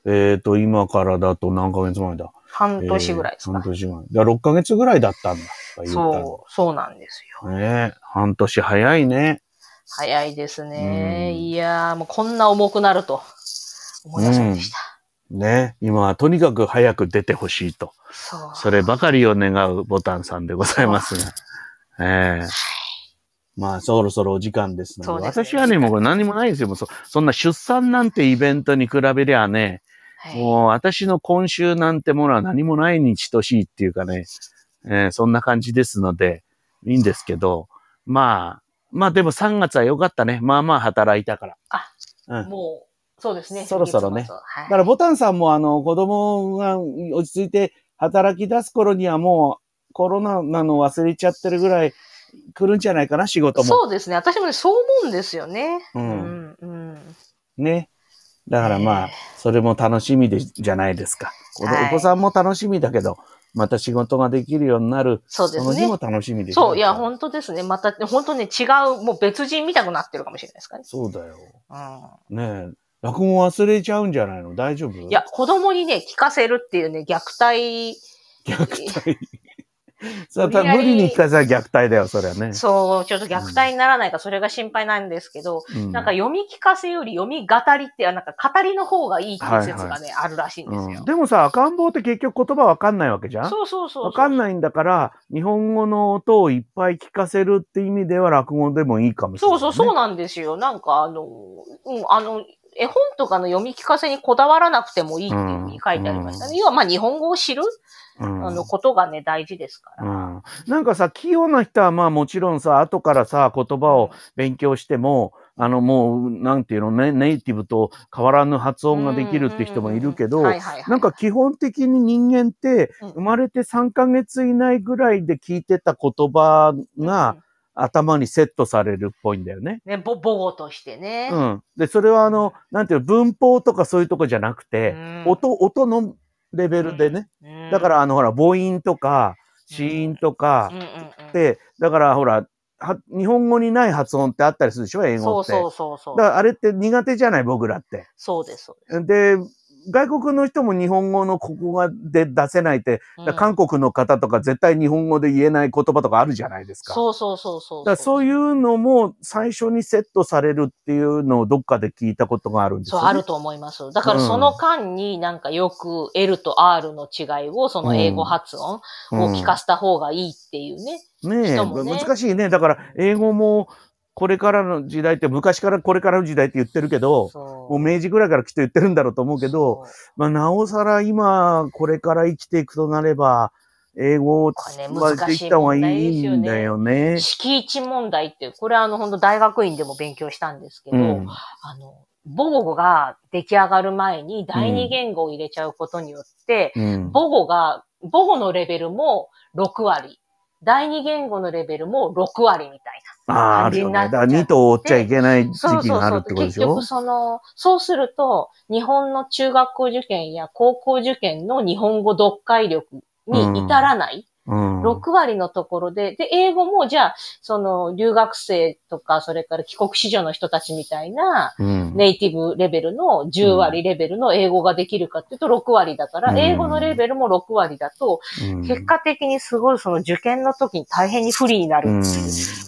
Speaker 1: えっ、と、今からだと何ヶ月前だ
Speaker 2: 半年ぐらいで
Speaker 1: え
Speaker 2: す
Speaker 1: ー
Speaker 2: か。
Speaker 1: 半年ぐらい。だから6ヶ月ぐらいだったんだ。言ったの
Speaker 2: そう、そうなんですよ。
Speaker 1: ねえ半年早いね。
Speaker 2: 早いですね。
Speaker 1: うん
Speaker 2: いやー、もうこんな重くなると思いませんでした。
Speaker 1: ね。今はとにかく早く出てほしいと。
Speaker 2: そう。
Speaker 1: そればかりを願うボタンさんでございますが。ええまあ、そろそろお時間ですので。
Speaker 2: そうです
Speaker 1: 私
Speaker 2: ね
Speaker 1: はね、もうこれ何もないですよ。もうそそんな出産なんてイベントに比べりゃね、
Speaker 2: はい
Speaker 1: もう私の今週なんてものは何もないに等しいっていうかね、えーそんな感じですので、いいんですけど、まあ、まあでも3月は良かったね。まあまあ働いたから。うん
Speaker 2: もう、そうですね。
Speaker 1: そろそろね
Speaker 2: 月末はい
Speaker 1: だからボタンさんもあの子供が落ち着いて働き出す頃にはもうコロナなの忘れちゃってるぐらい来るんじゃないかな、仕事も。
Speaker 2: そうですね。私もね、そう思うんですよね。
Speaker 1: うん。
Speaker 2: うん。うん
Speaker 1: ね。だからまあ
Speaker 2: え、
Speaker 1: それも楽しみでじゃないですか。お
Speaker 2: はい
Speaker 1: お子さんも楽しみだけど、また仕事ができるようになる、
Speaker 2: そうで
Speaker 1: その
Speaker 2: す
Speaker 1: 日も
Speaker 2: ね。
Speaker 1: 楽しみでしょ
Speaker 2: そう、いや、本当ですね。また、本当ね、違う、もう別人見たくなってるかもしれないですかね。
Speaker 1: そうだよ。
Speaker 2: う
Speaker 1: ねえ。落語忘れちゃうんじゃないの大丈夫
Speaker 2: ん。いや、、子供にね、聞かせるっていうね、虐待、
Speaker 1: 虐待。 *laughs* そう
Speaker 2: 無理や
Speaker 1: 無
Speaker 2: り
Speaker 1: 理に聞かせたら虐待だよ、それはね。
Speaker 2: そう、ちょっと虐待にならないか、それが心配なんですけど、
Speaker 1: うん
Speaker 2: なんか読み聞かせより読み語りって、あなんか語りの方がいいっていう説がね、あるらしいんです
Speaker 1: うん
Speaker 2: よ。
Speaker 1: でもさ、赤ん坊って結局言葉わかんないわけじゃん
Speaker 2: そうそうそう。
Speaker 1: わかん
Speaker 2: い。
Speaker 1: ないんだから、日本語の音をいっぱい聞かせるって意味では落語でもいいかもしれな
Speaker 2: そ
Speaker 1: い、
Speaker 2: うそう、そう
Speaker 1: う
Speaker 2: なんですよ。なんかあの、うん、あの、絵本とかの読み聞かせにこだわらなくてもいいっていうふうに書いてありましたね。要はまあ日本語を知る、
Speaker 1: ん
Speaker 2: あのことがね、大事ですから。
Speaker 1: うんなんかさ、器用な人はまあもちろんさ、後からさ、言葉を勉強しても、あのもう、なんていうのね、ネイティブと変わらぬ発音ができるって人もいるけど、
Speaker 2: うんうんうんはいはいはい
Speaker 1: なんか基本的に人間って
Speaker 2: うん
Speaker 1: 生まれて3ヶ月以内ぐらいで聞いてた言葉が頭にセットされるっぽいんだよね。
Speaker 2: ね、ぼ母語としてね。
Speaker 1: うん。で、それはあの、なんていうの文法とかそういうとこじゃなくて、
Speaker 2: うん
Speaker 1: 音、音のレベルでね。
Speaker 2: うん
Speaker 1: だか、らあの、ほら、母音とか、子音とか
Speaker 2: うん、うんうん
Speaker 1: で、だからほら、は日本語にない発音ってあったりするでしょ英
Speaker 2: そ
Speaker 1: 語
Speaker 2: う
Speaker 1: って。
Speaker 2: そうそうそう
Speaker 1: だか。らあれって苦手じゃない僕らって。
Speaker 2: そうです、そうで
Speaker 1: で、外国の人も日本語のここがで出せないって、
Speaker 2: す。
Speaker 1: だから韓国の方とか絶対日本語で言えない言葉とかあるじゃないですか。
Speaker 2: そうそうそうそ
Speaker 1: だ
Speaker 2: う。
Speaker 1: からそう
Speaker 2: う。
Speaker 1: いうのも最初にセットされるっていうのをどっかで聞いたことがあるんです
Speaker 2: そう、
Speaker 1: よ、ね。
Speaker 2: あると思います。だからその間になんかよく L と R の違いを、その英語発音を聞かせた方がいいっていうね。
Speaker 1: うんねえ
Speaker 2: 人もね
Speaker 1: 難しいね。だから英語もこれからの時代って昔からこれからの時代って言ってるけど、
Speaker 2: そ
Speaker 1: もう明治ぐらいからきっと言ってるんだろうと思うけど、
Speaker 2: そう
Speaker 1: まあ、なおさら今、これから生きていくとなれば、英語を
Speaker 2: これね
Speaker 1: はできた方がいいんだよね。
Speaker 2: 敷地問題って、これはあの、本当大学院でも勉強したんですけど、
Speaker 1: うん
Speaker 2: あの、母語が出来上がる前に第二言語を入れちゃうことによって、
Speaker 1: うん
Speaker 2: 母語が、母語のレベルも6割、第二言語のレベルも6割みたい
Speaker 1: ああ、あるよね。だから2頭追っちゃいけない
Speaker 2: な。
Speaker 1: 時期があるってことで
Speaker 2: 結
Speaker 1: しょ
Speaker 2: 局その、そうすると、日本の中学校受験や高校受験の日本語読解力に至らない。
Speaker 1: うん。
Speaker 2: 6割のところで、で、英語もじゃあ、その、留学生とか、それから帰国子女の人たちみたいな、
Speaker 1: うん。
Speaker 2: ネイティブレベルの10割レベルの英語ができるかっていうと6割だから、
Speaker 1: うん
Speaker 2: 英語のレベルも6割だと、
Speaker 1: うん
Speaker 2: 結果的にすごいその受験の時に大変に不利になる
Speaker 1: うん。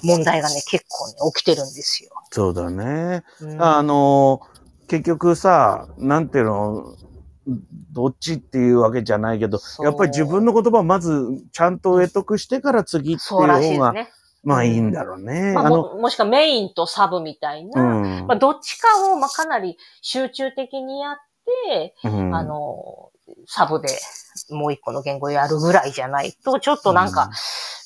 Speaker 2: 問題がね、結構ね、起きてるんですよ。
Speaker 1: そうだね。
Speaker 2: うん
Speaker 1: あの、結局さ、なんていうの、どっちっていうわけじゃないけど、
Speaker 2: そう
Speaker 1: やっぱり自分の言葉をまずちゃんと得得してから次っていう
Speaker 2: そうらしい
Speaker 1: 方
Speaker 2: です
Speaker 1: が、
Speaker 2: ね。
Speaker 1: まあいいんだろうね。
Speaker 2: まあ、
Speaker 1: あの、
Speaker 2: ももしくはメインとサブみたいな、
Speaker 1: うん
Speaker 2: まあ、どっちかをまあかなり集中的にやって、
Speaker 1: うん
Speaker 2: あの、サブでもう一個の言語やるぐらいじゃないと、ちょっとなんか、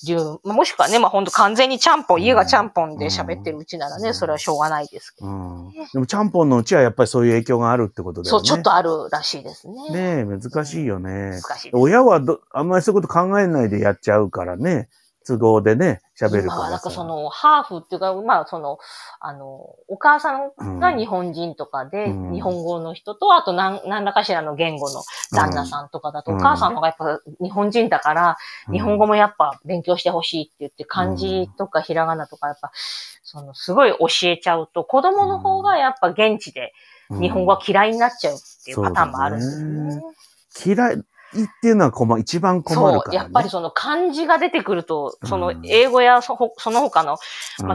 Speaker 2: 自由まあもしくはね、まあ本当完全にちゃんぽん、家がちゃんぽんで喋ってるうちなら
Speaker 1: う
Speaker 2: ね、
Speaker 1: ん
Speaker 2: それはしょうがないですけど。
Speaker 1: うんでも、ちゃんぽんのうちはやっぱりそういう影響があるってことだよね。
Speaker 2: そう、ちょっとあるらしいですね。
Speaker 1: ねえ、難しいよね
Speaker 2: 難。しいです。
Speaker 1: 親はど、あんまりそういうこと考えないでやっちゃうからね。都合でね、喋るか
Speaker 2: まあ、なん
Speaker 1: らさ。
Speaker 2: かその、ハーフっていうか、まあその、あの、お母さんが日本人とかで、
Speaker 1: うん
Speaker 2: 日本語の人と、あと何何らかしらの言語の旦那さんとかだと、
Speaker 1: うん
Speaker 2: お母さんの方がやっぱ日本人だから、
Speaker 1: うん
Speaker 2: 日本語もやっぱ勉強してほしいって言って、漢字とかひらがなとかやっぱ、その、すごい教えちゃうと、子供の方がやっぱ現地で日本語は嫌いになっちゃうっていうパターンもあるんですよ
Speaker 1: うんそうだ
Speaker 2: ね
Speaker 1: ね。嫌いっていうのは困、一番困るから、
Speaker 2: そう、
Speaker 1: ね。
Speaker 2: やっぱりその漢字が出てくると、その
Speaker 1: うん
Speaker 2: 英語やそほその他の、ま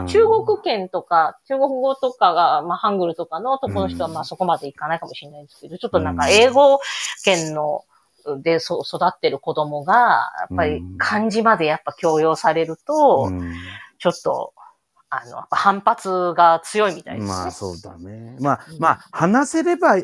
Speaker 1: う
Speaker 2: あ
Speaker 1: ん
Speaker 2: 中国圏とか、中国語とかが、まあハングルとかのとこの人は
Speaker 1: うん
Speaker 2: まあそこまでいかないかもしれないですけど、ちょっとなん
Speaker 1: う
Speaker 2: か
Speaker 1: ん
Speaker 2: 英語圏の、でそ育ってる子供が、やっぱり
Speaker 1: うん
Speaker 2: 漢字までやっぱ強要されると、ちょっと、あの、やっぱ反発が強いみたいですね。
Speaker 1: まあ
Speaker 2: そ
Speaker 1: そうだね。まあ
Speaker 2: うん
Speaker 1: まあ話せれば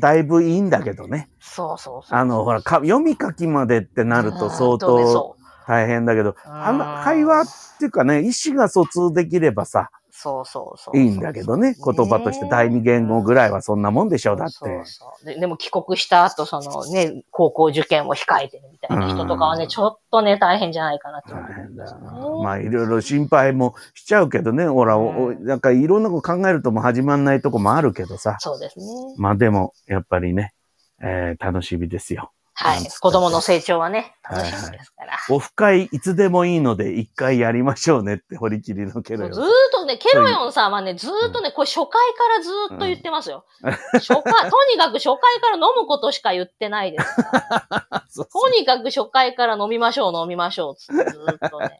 Speaker 1: だいぶいいんだけどね。
Speaker 2: うそうそう。
Speaker 1: あのほらか読み書きまでってなると相
Speaker 2: うんね
Speaker 1: 当
Speaker 2: そう
Speaker 1: 大変だけど、あん
Speaker 2: う
Speaker 1: ま
Speaker 2: ん
Speaker 1: 会話っていうかね、意思が疎通できればさ、
Speaker 2: そうそうそう。
Speaker 1: いいんだけどね。
Speaker 2: そう
Speaker 1: 言葉として第二言語ぐらいはそんなもんでしょう、だって。
Speaker 2: そうそうで。でも帰国した後、そのね、高校受験を控えてるみたいな人とかはね、
Speaker 1: うん
Speaker 2: ちょっとね、大変じゃないかなって思
Speaker 1: 大
Speaker 2: うん
Speaker 1: 変だ
Speaker 2: ですよね。
Speaker 1: よなまあいろいろ心配もしちゃうけどね、ほら、おお
Speaker 2: うん
Speaker 1: なんかいろんなこと考えるともう始まんないとこもあるけどさ。
Speaker 2: そうですね。
Speaker 1: まあでも、やっぱりね、えー楽しみですよ。
Speaker 2: はい。子供の成長はね、楽しみですから。
Speaker 1: オフ会いつでもいいので一回やりましょうねって堀切のけ
Speaker 2: そ
Speaker 1: ど
Speaker 2: うずーっとね、ケロヨンさんはね、ずーっとね、これ初回からずーっと言ってますよ。初回、とにかく初回から飲むことしか言ってないです
Speaker 1: *laughs*
Speaker 2: から。とにかく初回から飲みましょう、飲みましょう、つってずーっとね。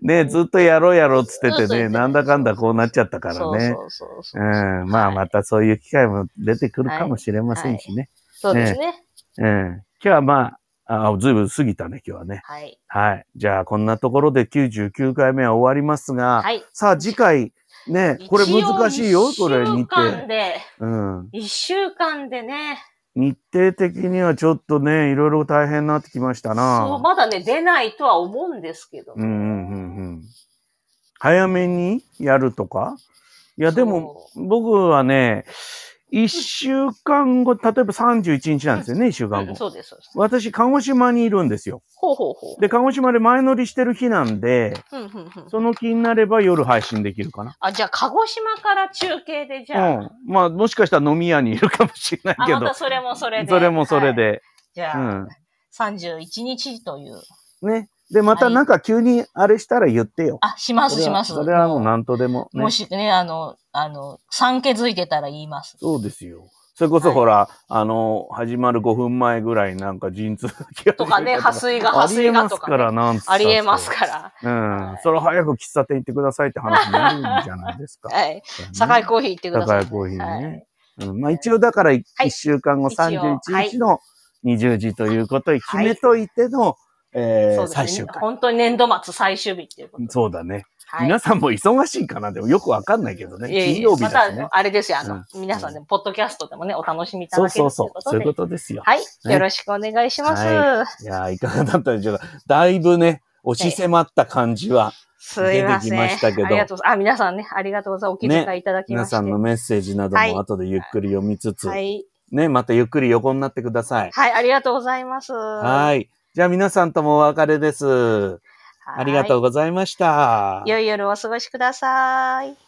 Speaker 1: ねずっとやろうやろうっつって
Speaker 2: ず
Speaker 1: て
Speaker 2: っと言って
Speaker 1: ね、
Speaker 2: る
Speaker 1: なんだかんだこうなっちゃったか
Speaker 2: そ
Speaker 1: ら
Speaker 2: う
Speaker 1: ね。
Speaker 2: そうそうそうう。
Speaker 1: ん、まあまたそういう機会も出てくるかもしれませんしね。
Speaker 2: そうですね。
Speaker 1: うん、今日はまあ、あずいぶん過ぎたね、今日はね。
Speaker 2: はい。
Speaker 1: はい。じゃあ、こんなところで99回目は終わりますが、
Speaker 2: はい。
Speaker 1: さあ、次回、ね、これ難しいよ、
Speaker 2: 一応
Speaker 1: これ、
Speaker 2: 一週
Speaker 1: 日
Speaker 2: 間
Speaker 1: 程。
Speaker 2: で、
Speaker 1: うん。
Speaker 2: 一週間でね、
Speaker 1: 日程的にはちょっとね、いろいろ大変になってきましたな。
Speaker 2: そう、まだね、出ないとは思うんですけど。
Speaker 1: うんうんうんうん。早めにやるとかいや、でも、僕はね、一週間後、例えば31日なんですよね、一週間
Speaker 2: うん
Speaker 1: 後。
Speaker 2: そうです、そうです。
Speaker 1: 私、鹿児島にいるんですよ。
Speaker 2: ほうほうほう。
Speaker 1: で、鹿児島で前乗りしてる日なんで、
Speaker 2: うんうんうん。
Speaker 1: その気になれば夜配信できるかな。
Speaker 2: あ、じゃあ、鹿児島から中継で、じゃあ、
Speaker 1: うん。まあ、もしかしたら飲み屋にいるかもしれない
Speaker 2: あ、
Speaker 1: け
Speaker 2: ま
Speaker 1: ど
Speaker 2: た、それもそれで。
Speaker 1: それもそれ
Speaker 2: はい
Speaker 1: で。
Speaker 2: じゃあ、
Speaker 1: うん
Speaker 2: 31日という。
Speaker 1: ね。で、また
Speaker 2: はい
Speaker 1: なんか急にあれしたら言ってよ。
Speaker 2: あ、します、します。
Speaker 1: それはもう何とでも。ね
Speaker 2: もしね、あの、あの、産気づいてたら言います。
Speaker 1: そうですよ。それこそ
Speaker 2: はい
Speaker 1: ほら、あの、始まる5分前ぐらいなんか陣痛が
Speaker 2: とかね、破水が、破
Speaker 1: あり
Speaker 2: 水
Speaker 1: え
Speaker 2: が
Speaker 1: ます
Speaker 2: と
Speaker 1: か
Speaker 2: かね、
Speaker 1: ら、なんつったって
Speaker 2: ありえますから。
Speaker 1: うん。それ早く喫茶店行ってくださいって話になるんじゃないです
Speaker 2: *laughs*
Speaker 1: か。
Speaker 2: はい。酒井コーヒー行ってください。
Speaker 1: 酒井コーヒーね
Speaker 2: はい
Speaker 1: うんまあ一応だから1
Speaker 2: はい
Speaker 1: 週間後
Speaker 2: 一応
Speaker 1: 31日の20時ということを決めといての、え
Speaker 2: そ
Speaker 1: ー
Speaker 2: うですね
Speaker 1: 最終回。
Speaker 2: 本当に年度末最終日っていうことで。
Speaker 1: そうだね。
Speaker 2: はい
Speaker 1: 皆さんも忙しいかなでもよくわかんないけどね。
Speaker 2: いえいえ
Speaker 1: 金曜日だしね
Speaker 2: ま。た、あれですよ、あの、皆さんで、ポッドキャストでもね、お楽しみいただけ
Speaker 1: そ
Speaker 2: る
Speaker 1: う
Speaker 2: と
Speaker 1: そ
Speaker 2: いう
Speaker 1: そ
Speaker 2: うこ
Speaker 1: う。
Speaker 2: と
Speaker 1: そう
Speaker 2: で。
Speaker 1: いうことですよ。
Speaker 2: はい。
Speaker 1: ね
Speaker 2: よろしくお願いします。
Speaker 1: はいいやー、いかがだったでしょうか。だいぶね、押し迫った感じは、
Speaker 2: すいません。
Speaker 1: 出てきましたけど
Speaker 2: ありがとうございます。あ、皆さんね、ありがとうございます。お気遣いいただきま
Speaker 1: 皆
Speaker 2: して。
Speaker 1: さんのメッセージなど
Speaker 2: はい
Speaker 1: も後でゆっくり読みつつ、
Speaker 2: はい。
Speaker 1: ね、またゆっくり横になってください。
Speaker 2: はい、ありがとうございます。は。
Speaker 1: はいい。じゃあ皆さんともお別れです。ありがとうございました。
Speaker 2: 良い夜をお過ごしください。